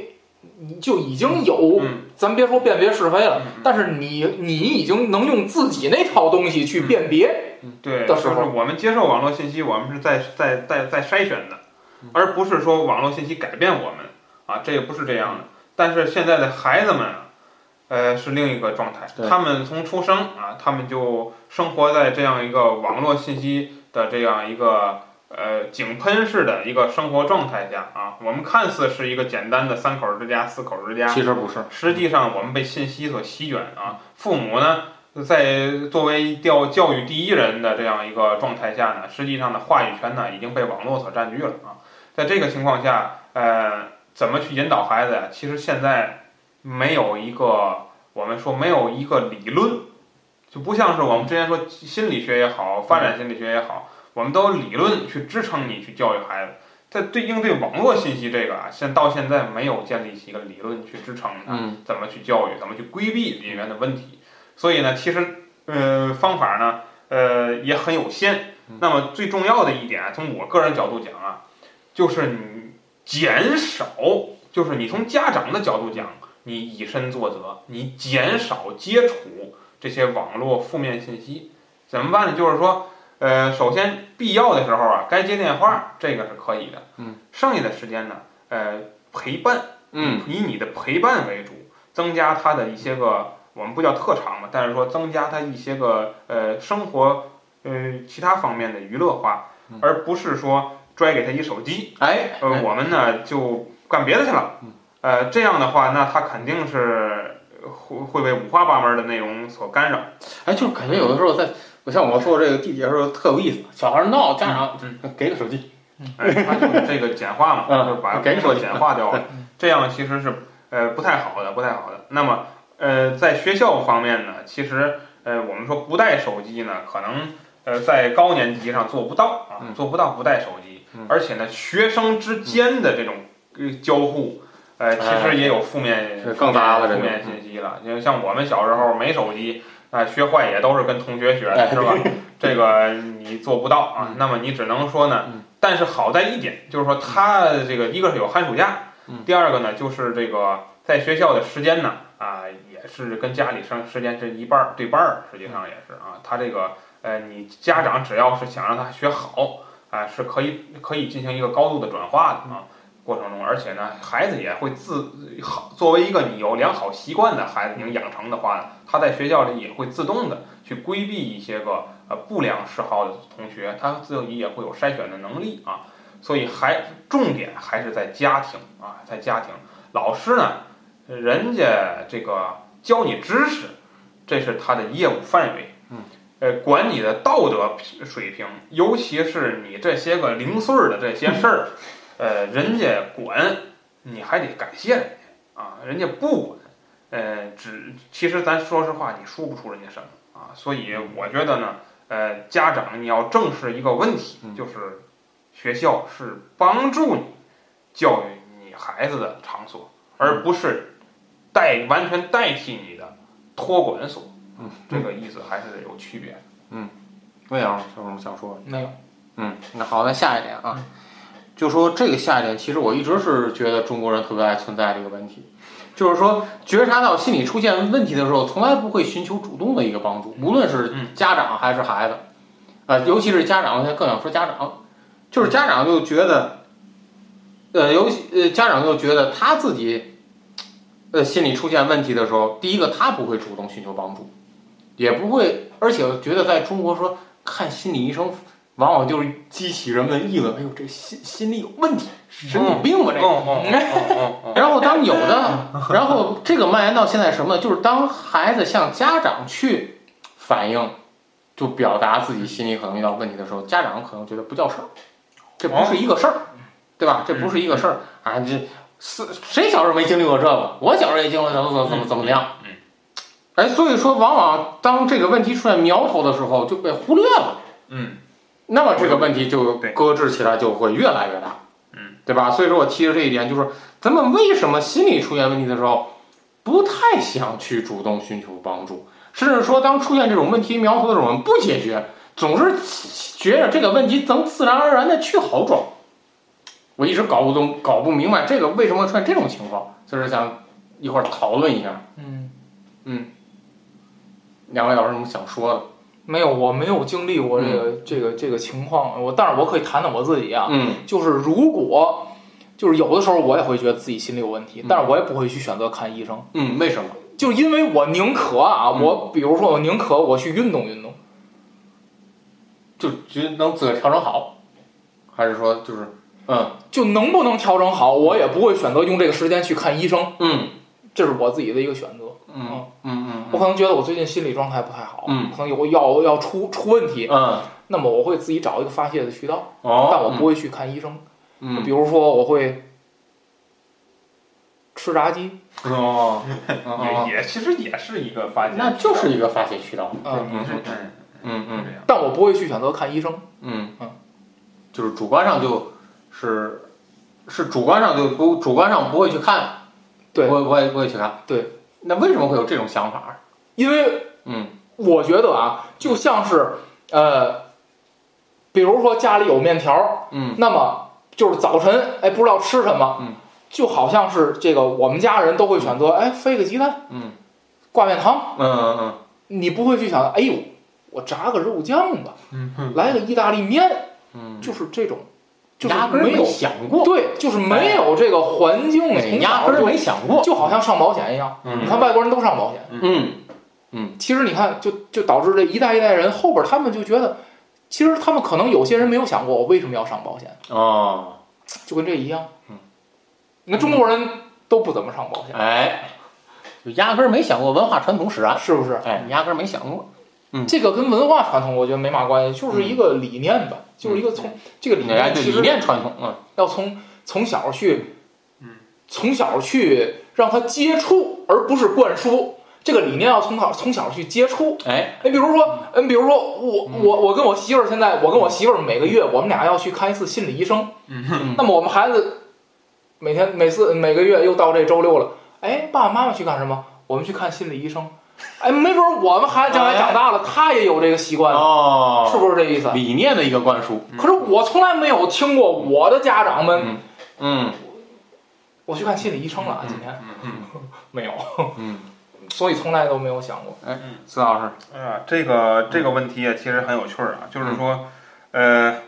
就已经有，
嗯
咱别说辨别是非了，
嗯嗯
但是你你已经能用自己那套东西去辨别，
对，
的
就
嗯时
是
候
我们接受网络信息，我们是在在在在筛选的，
嗯
而不是说网络信息改变我们啊，这也不是这样的。但是现在的孩子们啊，呃，是另一个状态
对，
他们从出生啊，他们就生活在这样一个网络信息的这样一个呃井喷式的一个生活状态下啊，我们看似是一个简单的三口之家、四口之家，
其实不是，啊
实际上我们被信息所席卷啊，父母呢在作为教教育第一人的这样一个状态下呢，实际上的话语权呢已经被网络所占据了啊。在这个情况下，呃，怎么去引导孩子呀？其实现在没有一个我们说没有一个理论，就不像是我们之前说心理学也好，发展心理学也好，我们都有理论去支撑你去教育孩子。在对应对网络信息这个啊，现到现在没有建立起一个理论去支撑它。
嗯，
怎么去教育，怎么去规避里面的问题。所以呢，其实呃方法呢，呃也很有限
嗯。
那么最重要的一点啊，从我个人角度讲啊，就是你减少，就是你从家长的角度讲，你以身作则，你减少接触这些网络负面信息。怎么办呢？就是说，呃，首先必要的时候啊，该接电话，这个是可以的。
嗯，
剩下的时间呢，呃，陪伴。
嗯，
以你的陪伴为主，增加他的一些个我们不叫特长嘛，但是说增加他一些个呃生活呃其他方面的娱乐化
嗯，
而不是说拽给他一手机，
哎，嗯
呃，我们呢就干别的去了。呃，这样的话，那他肯定是会会被五花八门的内容所干扰。
哎，就是感觉有的时候在，我像我坐这个地铁的时候特有意思，小孩闹，家长
嗯
给个手机，
哎，它就是这个简化嘛，
嗯
就是把
给
工作
你嗯
简化掉了。这样其实是，呃，不太好的，不太好的。那么，呃，在学校方面呢，其实呃，我们说不带手机呢，可能呃在高年级上做不到啊
嗯，
做不到不带手机
嗯，
而且呢，学生之间的这种呃交互。呃，其实也有负面，
这哎更杂了这
负
就
面信息了。因为像我们小时候没手机，啊、学坏也都是跟同学学的，
哎
是吧？ 这个你做不到啊
嗯，
那么你只能说呢
嗯，
但是好在一点就是说，他这个一个是有寒暑假
嗯，
第二个呢就是这个在学校的时间呢啊也是跟家里生时间这一半儿对半儿，实际上也是啊，他这个呃你家长只要是想让他学好啊，是可以可以进行一个高度的转化
嗯
的啊。过程中，而且呢，孩子也会自好作为一个你有良好习惯的孩子，你养成的话呢，他在学校里也会自动的去规避一些个呃不良嗜好的同学，他自己也会有筛选的能力啊。所以还重点还是在家庭啊，在家庭，老师呢，人家这个教你知识，这是他的业务范围。
嗯，
呃，管你的道德水平，尤其是你这些个零碎儿的这些事儿，呃，人家管，你还得感谢人家啊，人家不管。呃，只其实咱说实话，你说不出人家什么啊。所以
嗯
我觉得呢，呃，家长你要正视一个问题，
嗯
就是学校是帮助你教育你孩子的场所，
嗯
而不是代完全代替你的托管所。
嗯，
这个意思还是有区别的。
魏老师有什么想说的？
没有，
嗯，那好，那下一点啊，就说这个下一点，其实我一直是觉得中国人特别爱存在这个问题，就是说觉察到心理出现问题的时候，从来不会寻求主动的一个帮助，无论是
嗯
家长还是孩子，啊、尤其是家长，我现在更想说家长，就是家长就觉得，呃，尤其呃家长就觉得他自己，呃，心理出现问题的时候，第一个他不会主动寻求帮助，也不会，而且我觉得在中国说看心理医生。往往就是激起人们议论，哎呦，这心心理有问题，神经病吧这个。
哦哦哦哦哦，
然后当有的，啊然后这个蔓延到现在什么呢？就是当孩子向家长去反映，就表达自己心里可能遇到问题的时候，家长可能觉得不叫事儿，这不是一个事儿，对吧？这不是一个事儿啊！这是谁小时候没经历过这个？我小时候也经历过，怎么怎么怎么怎么样？
嗯
哎，所以说，往往当这个问题出现苗头的时候，就被忽略了。
嗯
那么这个问题就
对
搁置起来就会越来越大，
嗯，
对吧？所以说我提的这一点就是，咱们为什么心理出现问题的时候，不太想去主动寻求帮助，甚至说当出现这种问题苗头的时候，我们不解决，总是觉着这个问题能自然而然的去好转。我一直搞不懂、搞不明白这个为什么会出现这种情况，就是想一块儿讨论一下，
嗯，
两位老师有什么想说的？
没有，我没有经历过这个、这个这个情况，我但是我可以谈谈我自己啊，
嗯
就是如果。就是有的时候我也会觉得自己心里有问题
嗯，
但是我也不会去选择看医生，
嗯，为什么？
就是因为我宁可啊，
嗯
我比如说我宁可我去运动运动，
就觉得能自个儿调整好，还是说就是嗯
就能不能调整好，我也不会选择用这个时间去看医生，
嗯
这是我自己的一个选择。
嗯嗯
我可能觉得我最近心理状态不太好，
嗯
可能有要要出出问题，
嗯
那么我会自己找一个发泄的渠道，
哦，
但我不会去看医生。比
嗯
如说，我会吃炸鸡，
哦，
嗯也也其实也是一个发现，
那就是一个发泄渠道，
嗯，
你是
嗯
嗯
嗯
这样，
但我不会去选择看医生。
嗯嗯，就是主观上就是是主观上就不主观上不会去看，
对
我我也不会去看，
对，
那为什么会有这种想法？
因为
嗯
我觉得啊，就像是呃，比如说家里有面条，
嗯
那么就是早晨哎不知道吃什么，
嗯
就好像是这个我们家人都会选择哎飞个鸡蛋
嗯
挂面汤，
嗯嗯
你不会去想哎呦我炸个肉酱吧，来个意大利面，
嗯，
就是这种，就是
压根儿
没有
想过，哎
对，就是没有这个环境，从
压
小
根儿
就
没想过，
就好像上保险一样。
嗯
你看外国人都上保险，
嗯
其实你看就就导致这一代一代人后边他们就觉得，其实他们可能有些人没有想过我为什么要上保险，
哦，
就跟这一样
嗯。
那中国人都不怎么上保险，
哎，就压根儿没想过文化传统使然。
是不是？
哎，你压根儿没想过。
这个跟文化传统我觉得没嘛关系，就是一个理念吧，就是一个从这个理
哎，
念
对，
其
理
实
念传统，嗯
要从从小去
嗯，
从小去让他接触，而不是灌输。这个理念要从小从小去接触。
哎，
哎，比如说，嗯，比如说我我我跟我媳妇儿现在，我跟我媳妇儿每个月我们俩要去看一次心理医生。
嗯
那么我们孩子每天每次每个月又到这周六了，哎，爸爸妈妈去干什么？我们去看心理医生。哎，没准儿我们孩子将来长大了，他也有这个习惯了，
哎哦，
是不是这意思？啊
理念的一个灌输？
可是我从来没有听过我的家长们，
嗯
我去看心理医生了啊，今天
嗯嗯，
没有，
嗯，
所以从来都没有想过。
孙老师，
哎呀，这个这个问题啊，其实很有趣儿啊，就是说，呃，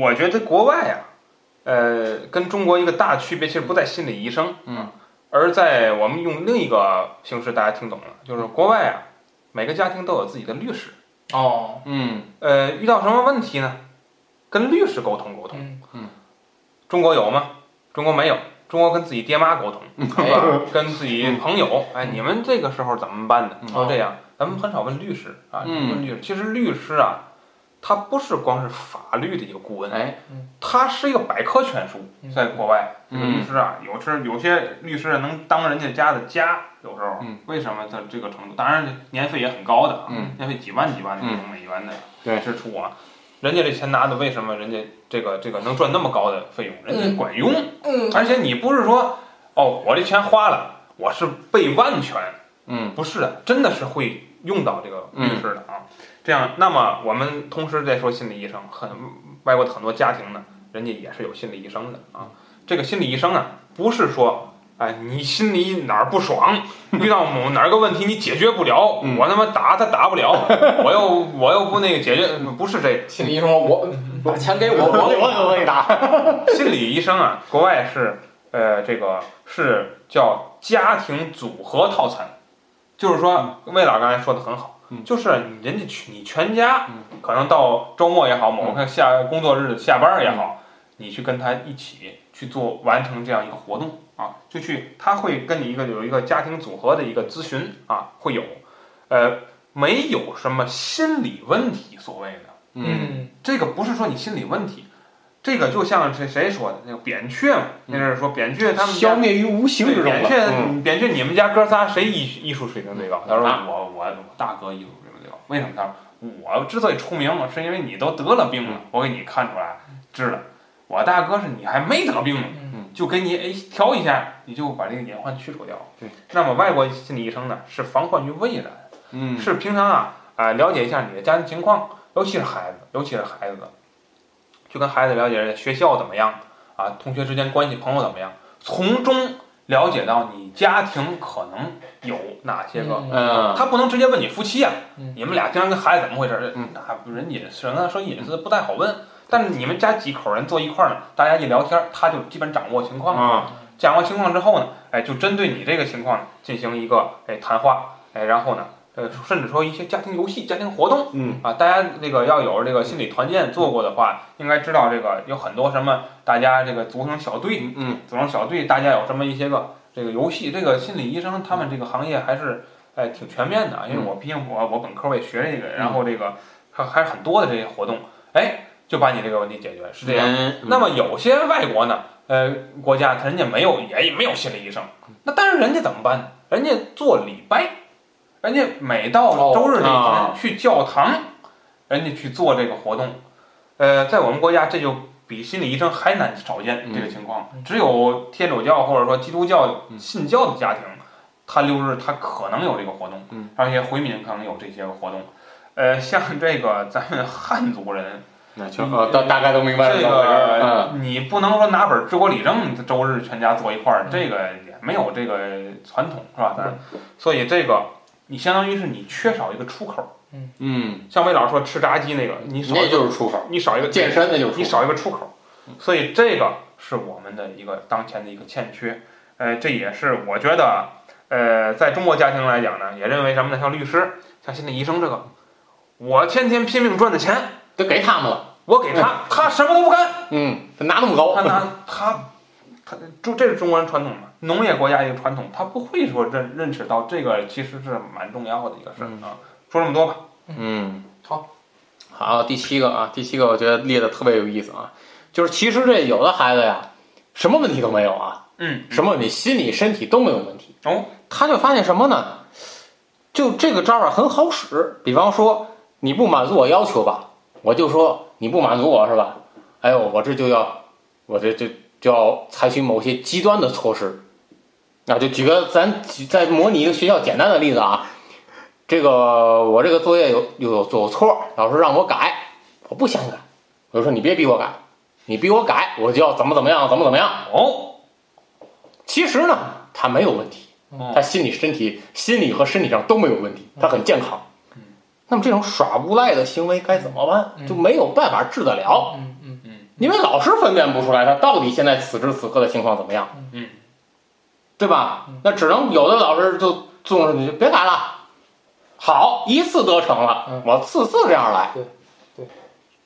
我觉得国外啊，呃，跟中国一个大区别其实不在心理医生，啊
嗯，
而在我们用另一个形式，大家听懂了，就是国外啊，每个家庭都有自己的律师，
哦，
嗯
呃，遇到什么问题呢，跟律师沟通沟通。
嗯，
中国有吗？中国没有。中国跟自己爹妈沟通，
哎
是吧？跟自己朋友，哎，你们这个时候怎么办呢？
嗯
都这样，咱们很少问律师啊，
嗯
问律师。其实律师啊，他不是光是法律的一个顾问，
哎，
他是一个百科全书。
嗯
在国外，这个
嗯
律师啊，有时有些律师啊能当人家家的家，有时候
嗯
为什么他这个程度？当然年费也很高的啊，
嗯
年费几万几万的
嗯
那种美元的
对
支出啊。人家这钱拿的，为什么人家这个这个能赚那么高的费用？人家管用，
嗯
而且你不是说哦，我这钱花了，我是被万全，
嗯
不是的，真的是会用到这个律师的啊。这样，那么我们同时在说心理医生，很外国的很多家庭呢，人家也是有心理医生的啊。这个心理医生啊，不是说。哎，你心里哪儿不爽？遇到某哪儿个问题你解决不了，
嗯
我他妈打他打不了，我又我又不那个解决，不是这个
心理医生说，我
嗯
把钱给我，
我
我
我我给打，
心理医生啊，国外是呃这个是叫家庭组合套餐，就是说魏老刚才说的很好，
嗯
就是人家去你全家，可能到周末也好，某个下工作日下班也好，你去跟他一起去做完成这样一个活动啊，就去他会跟你一个有一个家庭组合的一个咨询啊，会有，呃，没有什么心理问题所谓的。
嗯
这个不是说你心理问题，这个就像谁谁说的那个扁鹊嘛，那是说扁鹊他们家
嗯消灭于无形
对
之中
扁
了，嗯
鹊，扁鹊你们家哥仨谁艺艺术水平最高？他说
啊
我我我大哥艺术水平最高，为什么？他说我之所以出名，是因为你都得了病了，
嗯
我给你看出来治了。我大哥是你还没得病呢，
嗯
就给你哎调一下，你就把这个隐患去除掉。
对，
那么外国心理医生呢是防患于未然。
嗯
是平常啊啊、了解一下你的家庭情况，尤其是孩子，尤其是孩子，去跟孩子了解人家学校怎么样啊，同学之间关系、朋友怎么样，从中了解到你家庭可能有哪些个。
嗯
他不能直接问你夫妻啊，
嗯
你们俩经常跟孩子怎么回事？
嗯
那人隐私，人家说隐私不太好问。但是你们家几口人坐一块儿呢，大家一聊天，他就基本掌握情况了。
啊
讲完情况之后呢，哎，就针对你这个情况呢进行一个哎谈话，哎，然后呢，呃，甚至说一些家庭游戏、家庭活动
嗯
啊，大家这个要有这个心理团建做过的话，应该知道这个有很多什么，大家这个组成小队，
嗯
组成小队，大家有什么一些个这个游戏，这个心理医生他们这个行业还是哎挺全面的啊，因为我毕竟我我本科我也学这个，然后这个还还有很多的这些活动，哎，就把你这个问题解决，是这样。
嗯，
那么有些外国呢，呃，国家人家没有也没有心理医生，那但是人家怎么办呢？人家做礼拜，人家每到周日那
哦啊
天去教堂，人家去做这个活动。呃，在我们国家这就比心理医生还难少见
嗯
这个情况
嗯，
只有天主教或者说基督教
嗯
信教的家庭，他六日他可能有这个活动
嗯，
而且回民可能有这些活动。呃，像这个咱们汉族人，
那行，呃大大概都明白了，
这
怎么回事嗯
个你不能说拿本《治国理政》周日全家坐一块
嗯
儿，这个也没有这个传统是吧？咱所以这个你相当于是你缺少一个出口。
嗯，
像魏老师说吃炸鸡那个，你少
那
一个，
就是出口，
你少一个
健身的就是
你
出口，
少一个出口，所以这个是我们的一个当前的一个欠缺。呃，这也是我觉得，呃，在中国家庭来讲呢，也认为什么呢？像律师、像心理医生这个，我天天拼命赚的钱，
都给他们了，
我给他，他什么都不干。
嗯，他拿那么高
他，拿他他就这是中国人传统嘛，农业国家一个传统，他不会说认认识到这个其实是蛮重要的一个事儿啊。说这么多吧，
嗯，
好，
好，第七个啊，第七个我觉得列的特别有意思啊，就是其实这有的孩子呀，什么问题都没有啊，
嗯，
什么你心理、身体都没有问题。
哦，
他就发现什么呢？就这个招儿啊很好使。比方说，你不满足我要求吧，我就说你不满足我是吧？哎呦，我这就要，我这就就要采取某些极端的措施。啊，就举个咱举再模拟一个学校简单的例子啊，这个我这个作业有有有错，老师让我改，我不想改，我就说你别逼我改，你逼我改我就要怎么怎么样，怎么怎么样。
哦，
其实呢，他没有问题，
嗯
他心理、身体、心理和身体上都没有问题，他很健康。那么这种耍无赖的行为该怎么办？
嗯
就没有办法治得了，
嗯嗯
因为老师分辨不出来他到底现在此时此刻的情况怎么样，
嗯，
对吧
嗯？
那只能有的老师就纵容你，就别改了。好，一次得逞了
嗯，
我次次这样来，
对对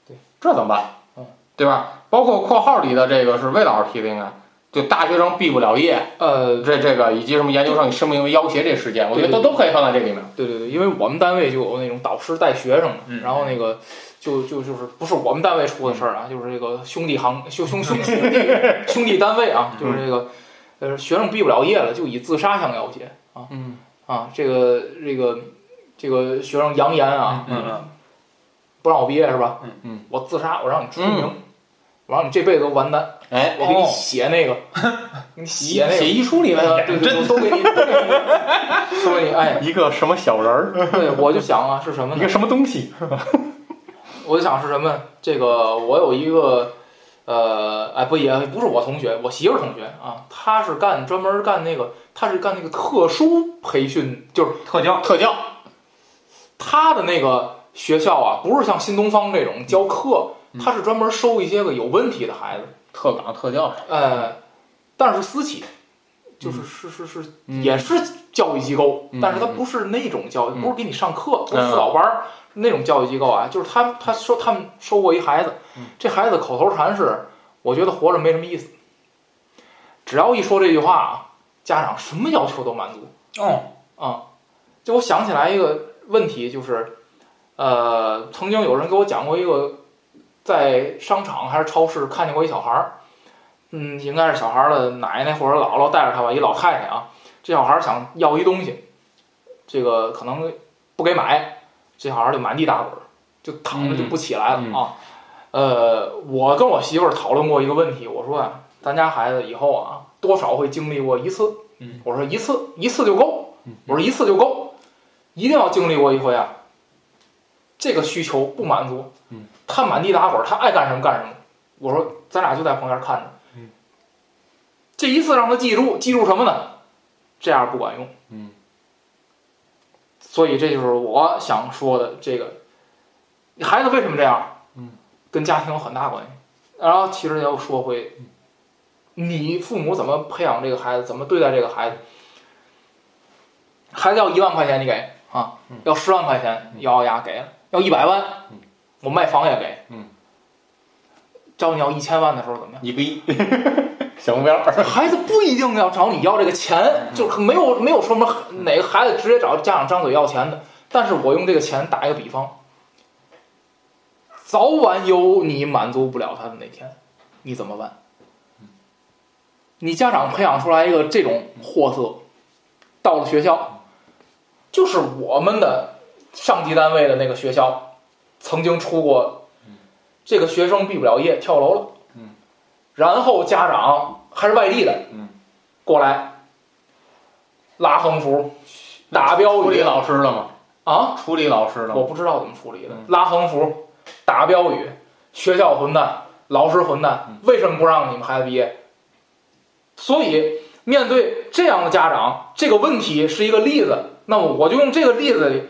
对，
这怎么办
嗯？
对吧？包括括号里的这个是魏老师提的，应该就大学生毕不了业，
呃，
这这个以及什么研究生以生命为要挟这事件，我觉得都都可以放在这里面。
对对对，因为我们单位就有那种导师带学生嘛，
嗯
然后那个就就就是不是我们单位出的事儿
嗯
啊，就是这个兄弟行兄兄兄兄弟兄弟单位
嗯
啊，就是这个呃学生毕不了业了，就以自杀相要挟啊
嗯
啊，这个这个这个学生扬言啊，
嗯嗯
不让我毕业是吧？
嗯
嗯，
我自杀，我让你出名，我让你这辈子都完蛋，
哎，
我给你
哦
写 那个，给你写那个
写。遗书里面
呃
的
对对，对都给你，都给你，都给你，哎，
一个什么小 人儿，
对，我就想啊，是什么
一
呢
个？什么东西，
我就想是什么？这个我有一个，呃，哎，不也不是我同学，我媳妇儿同学啊，她是干专门干那个，她是干那个特殊培训，就是
嗯
特教，
特教
她的那个学校啊，不是像新东方这种教课，
嗯
她是专门收一些个有问题的孩子，
特岗特教，
呃，但是私企，就是是是是
嗯
也是教育机构，
嗯
但是它不是那种教育，
嗯
不是给你上课，不是
嗯
辅导班儿、那种教育机构啊，就是他他说他们收过一孩子，
嗯
这孩子口头禅是我觉得活着没什么意思，只要一说这句话啊，家长什么要求都满足。啊
哦，
就我想起来一个问题，就是，呃，曾经有人给我讲过一个，在商场还是超市看见过一小孩儿，嗯，应该是小孩儿的奶奶或者姥姥带着他吧，一老太太啊，这小孩儿想要一东西，这个可能不给买，这小孩儿就满地打滚儿，就躺着就不起来了、
嗯嗯
啊。呃，我跟我媳妇儿讨论过一个问题，我说啊，咱家孩子以后啊，多少会经历过一次，
嗯
我说一次一次就够，
嗯
我说一次就够，一定要经历过一回啊。这个需求不满足，
嗯
他满地打滚儿，他爱干什么干什么。我说咱俩就在旁边看着，
嗯
这一次让他记住，记住什么呢？这样不管用，
嗯。
所以这就是我想说的这个，孩子为什么这样？
嗯，
跟家庭有很大关系。然后其实要说回，
嗯
你父母怎么培养这个孩子，怎么对待这个孩子？孩子要一万块钱，你给啊
嗯；
要十万块钱，咬咬牙给了；要一百万
嗯，
我卖房也给。
嗯，
找你要一千万的时候怎么样？
一 个亿，小目标儿，
孩子不一定要找你要这个钱，就是没有没有说什么哪个孩子直接找家长张嘴要钱的。但是我用这个钱打一个比方，早晚有你满足不了他的那天，你怎么办？你家长培养出来一个这种货色，到了学校，就是我们的上级单位的那个学校，曾经出过这个学生毕不了业跳楼了，
嗯，
然后家长还是外地的，
嗯，
过来拉横幅、打标
处理
语
老师了吗？
啊，
处理老师了
我
吗？
不知道怎么处理的
嗯，
拉横幅、打标语，学校混蛋，老师混蛋，为什么不让你们孩子毕业？所以面对这样的家长，这个问题是一个例子。那么我就用这个例子里，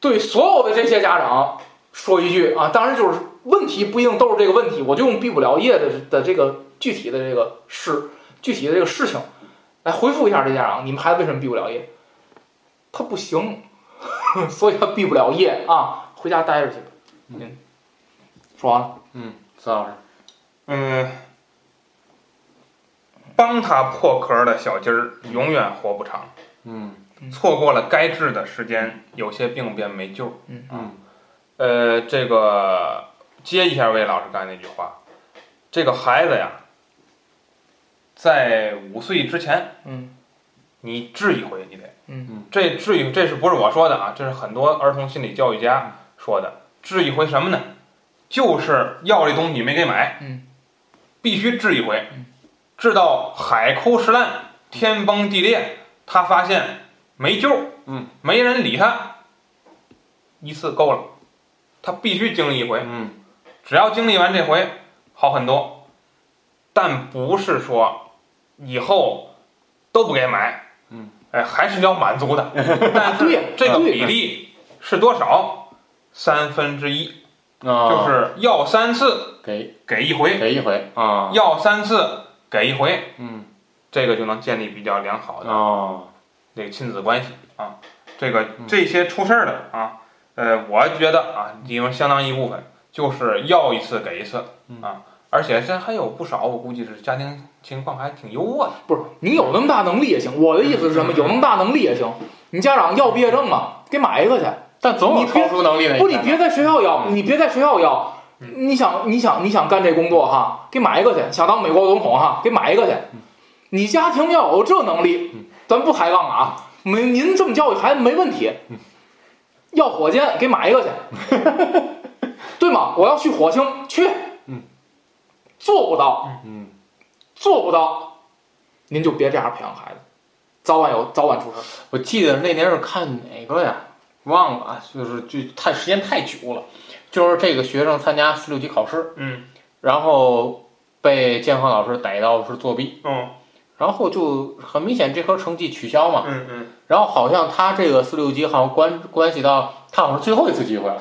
对所有的这些家长说一句啊，当然就是问题不一定都是这个问题，我就用毕不了业的的这个具体的这个事，具体的这个事情来回复一下这家长，你们孩子为什么毕不了业？他不行， 所以他毕不了业啊，回家待着去吧。嗯，说完了。
嗯，孙老师，
嗯，帮他破壳的小鸡儿永远活不长，
嗯
错过了该治的时间，有些病便没救。啊
嗯
呃，这个接一下魏老师刚才那句话，这个孩子呀，在五岁之前，
嗯
你治一回，你得，
嗯
嗯
这治一这是不是我说的啊？这是很多儿童心理教育家说的，治一回什么呢？就是要这东西没给买，
嗯，
必须治一回
嗯，
治到海枯石烂、天崩地裂，他发现没救，
嗯，
没人理他，一次够了，他必须经历一回，
哎
嗯
只要经历完这回，好很多。但不是说以后都不给买，
嗯，
哎，还是要满足 的。但
嗯对呀
是这个
对
比例是多少？三分之一，就
啊，
是要三次
给
给一回，
给一回啊，
要三次给一回，
嗯
这个就能建立比较良好的
哦，
这个亲子关系啊。这个
嗯
这些出事儿的啊，呃，我觉得啊，因为相当一部分就是要一次给一次
嗯
啊，而且这还有不少，我估计是家庭情况还挺优渥的。
不是你有那么大能力也行。我的意思是什么？有那么大能力也行。你家长要毕业证嘛，给买一个去。
但总有
你别
超出能力的一
不，你
天
别在学校要，
嗯
你别在学校要。
嗯
你想，你想，你想干这工作哈，给买一个去；想当美国总统哈，给买一个去。你家庭要有这能力
嗯，
咱不抬杠了啊。没，您这么教育孩子没问题。
嗯
要火箭，给买一 个去，对吗？我要去火星，去。
嗯，
做不到，
嗯
做不到，您就别这样培养孩子，早晚有，早晚出事儿。
我记得那年是看哪个呀？忘了啊，就是就太时间太久了，就是这个学生参加四六级考试，
嗯
然后被监考老师逮到是作弊，
嗯
然后就很明显这科成绩取消嘛。
嗯嗯，
然后好像他这个四六级好像关关系到他好像是最后一次机会了，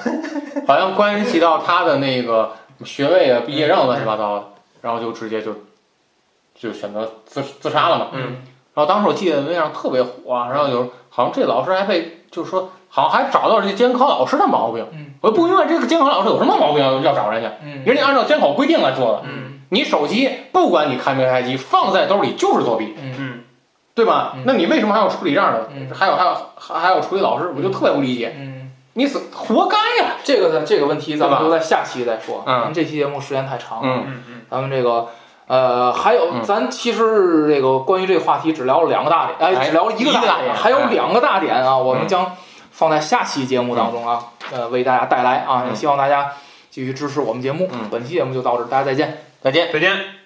好像关系到他的那个学位啊、毕业证啊乱七八糟的，然后就直接就就选择自自杀了嘛。
嗯。
然后当时我记得微上特别火啊、然后就好像这老师还被就是说好像还找到这监考老师的毛病。
嗯，
我就不明白这个监考老师有什么毛病要找人家，
嗯
人家按照监考规定来做的。
嗯
你手机不管你开没开机，放在兜里就是作弊，
嗯
嗯
对吧
嗯？
那你为什么还要处理这样的？
嗯
还有还有还还有处理老师，我就特别不理解，
嗯。
你死活该呀、
这个的这个问题，咱们
对吧
留在下期再说。
嗯
咱们这期节目时间太长了，
嗯
嗯嗯
咱们这个呃，还有
嗯
咱其实这个关于这个话题只聊了两个大点，哎，
哎
只聊了个
一个
大
大点
还有
嗯
两个大点啊，我们
嗯
将放在下期节目当中啊，呃，为大家带来啊，也
嗯
希望大家继续支持我们节目。
嗯
本期节目就到这儿，大家再见。
再见。
再见。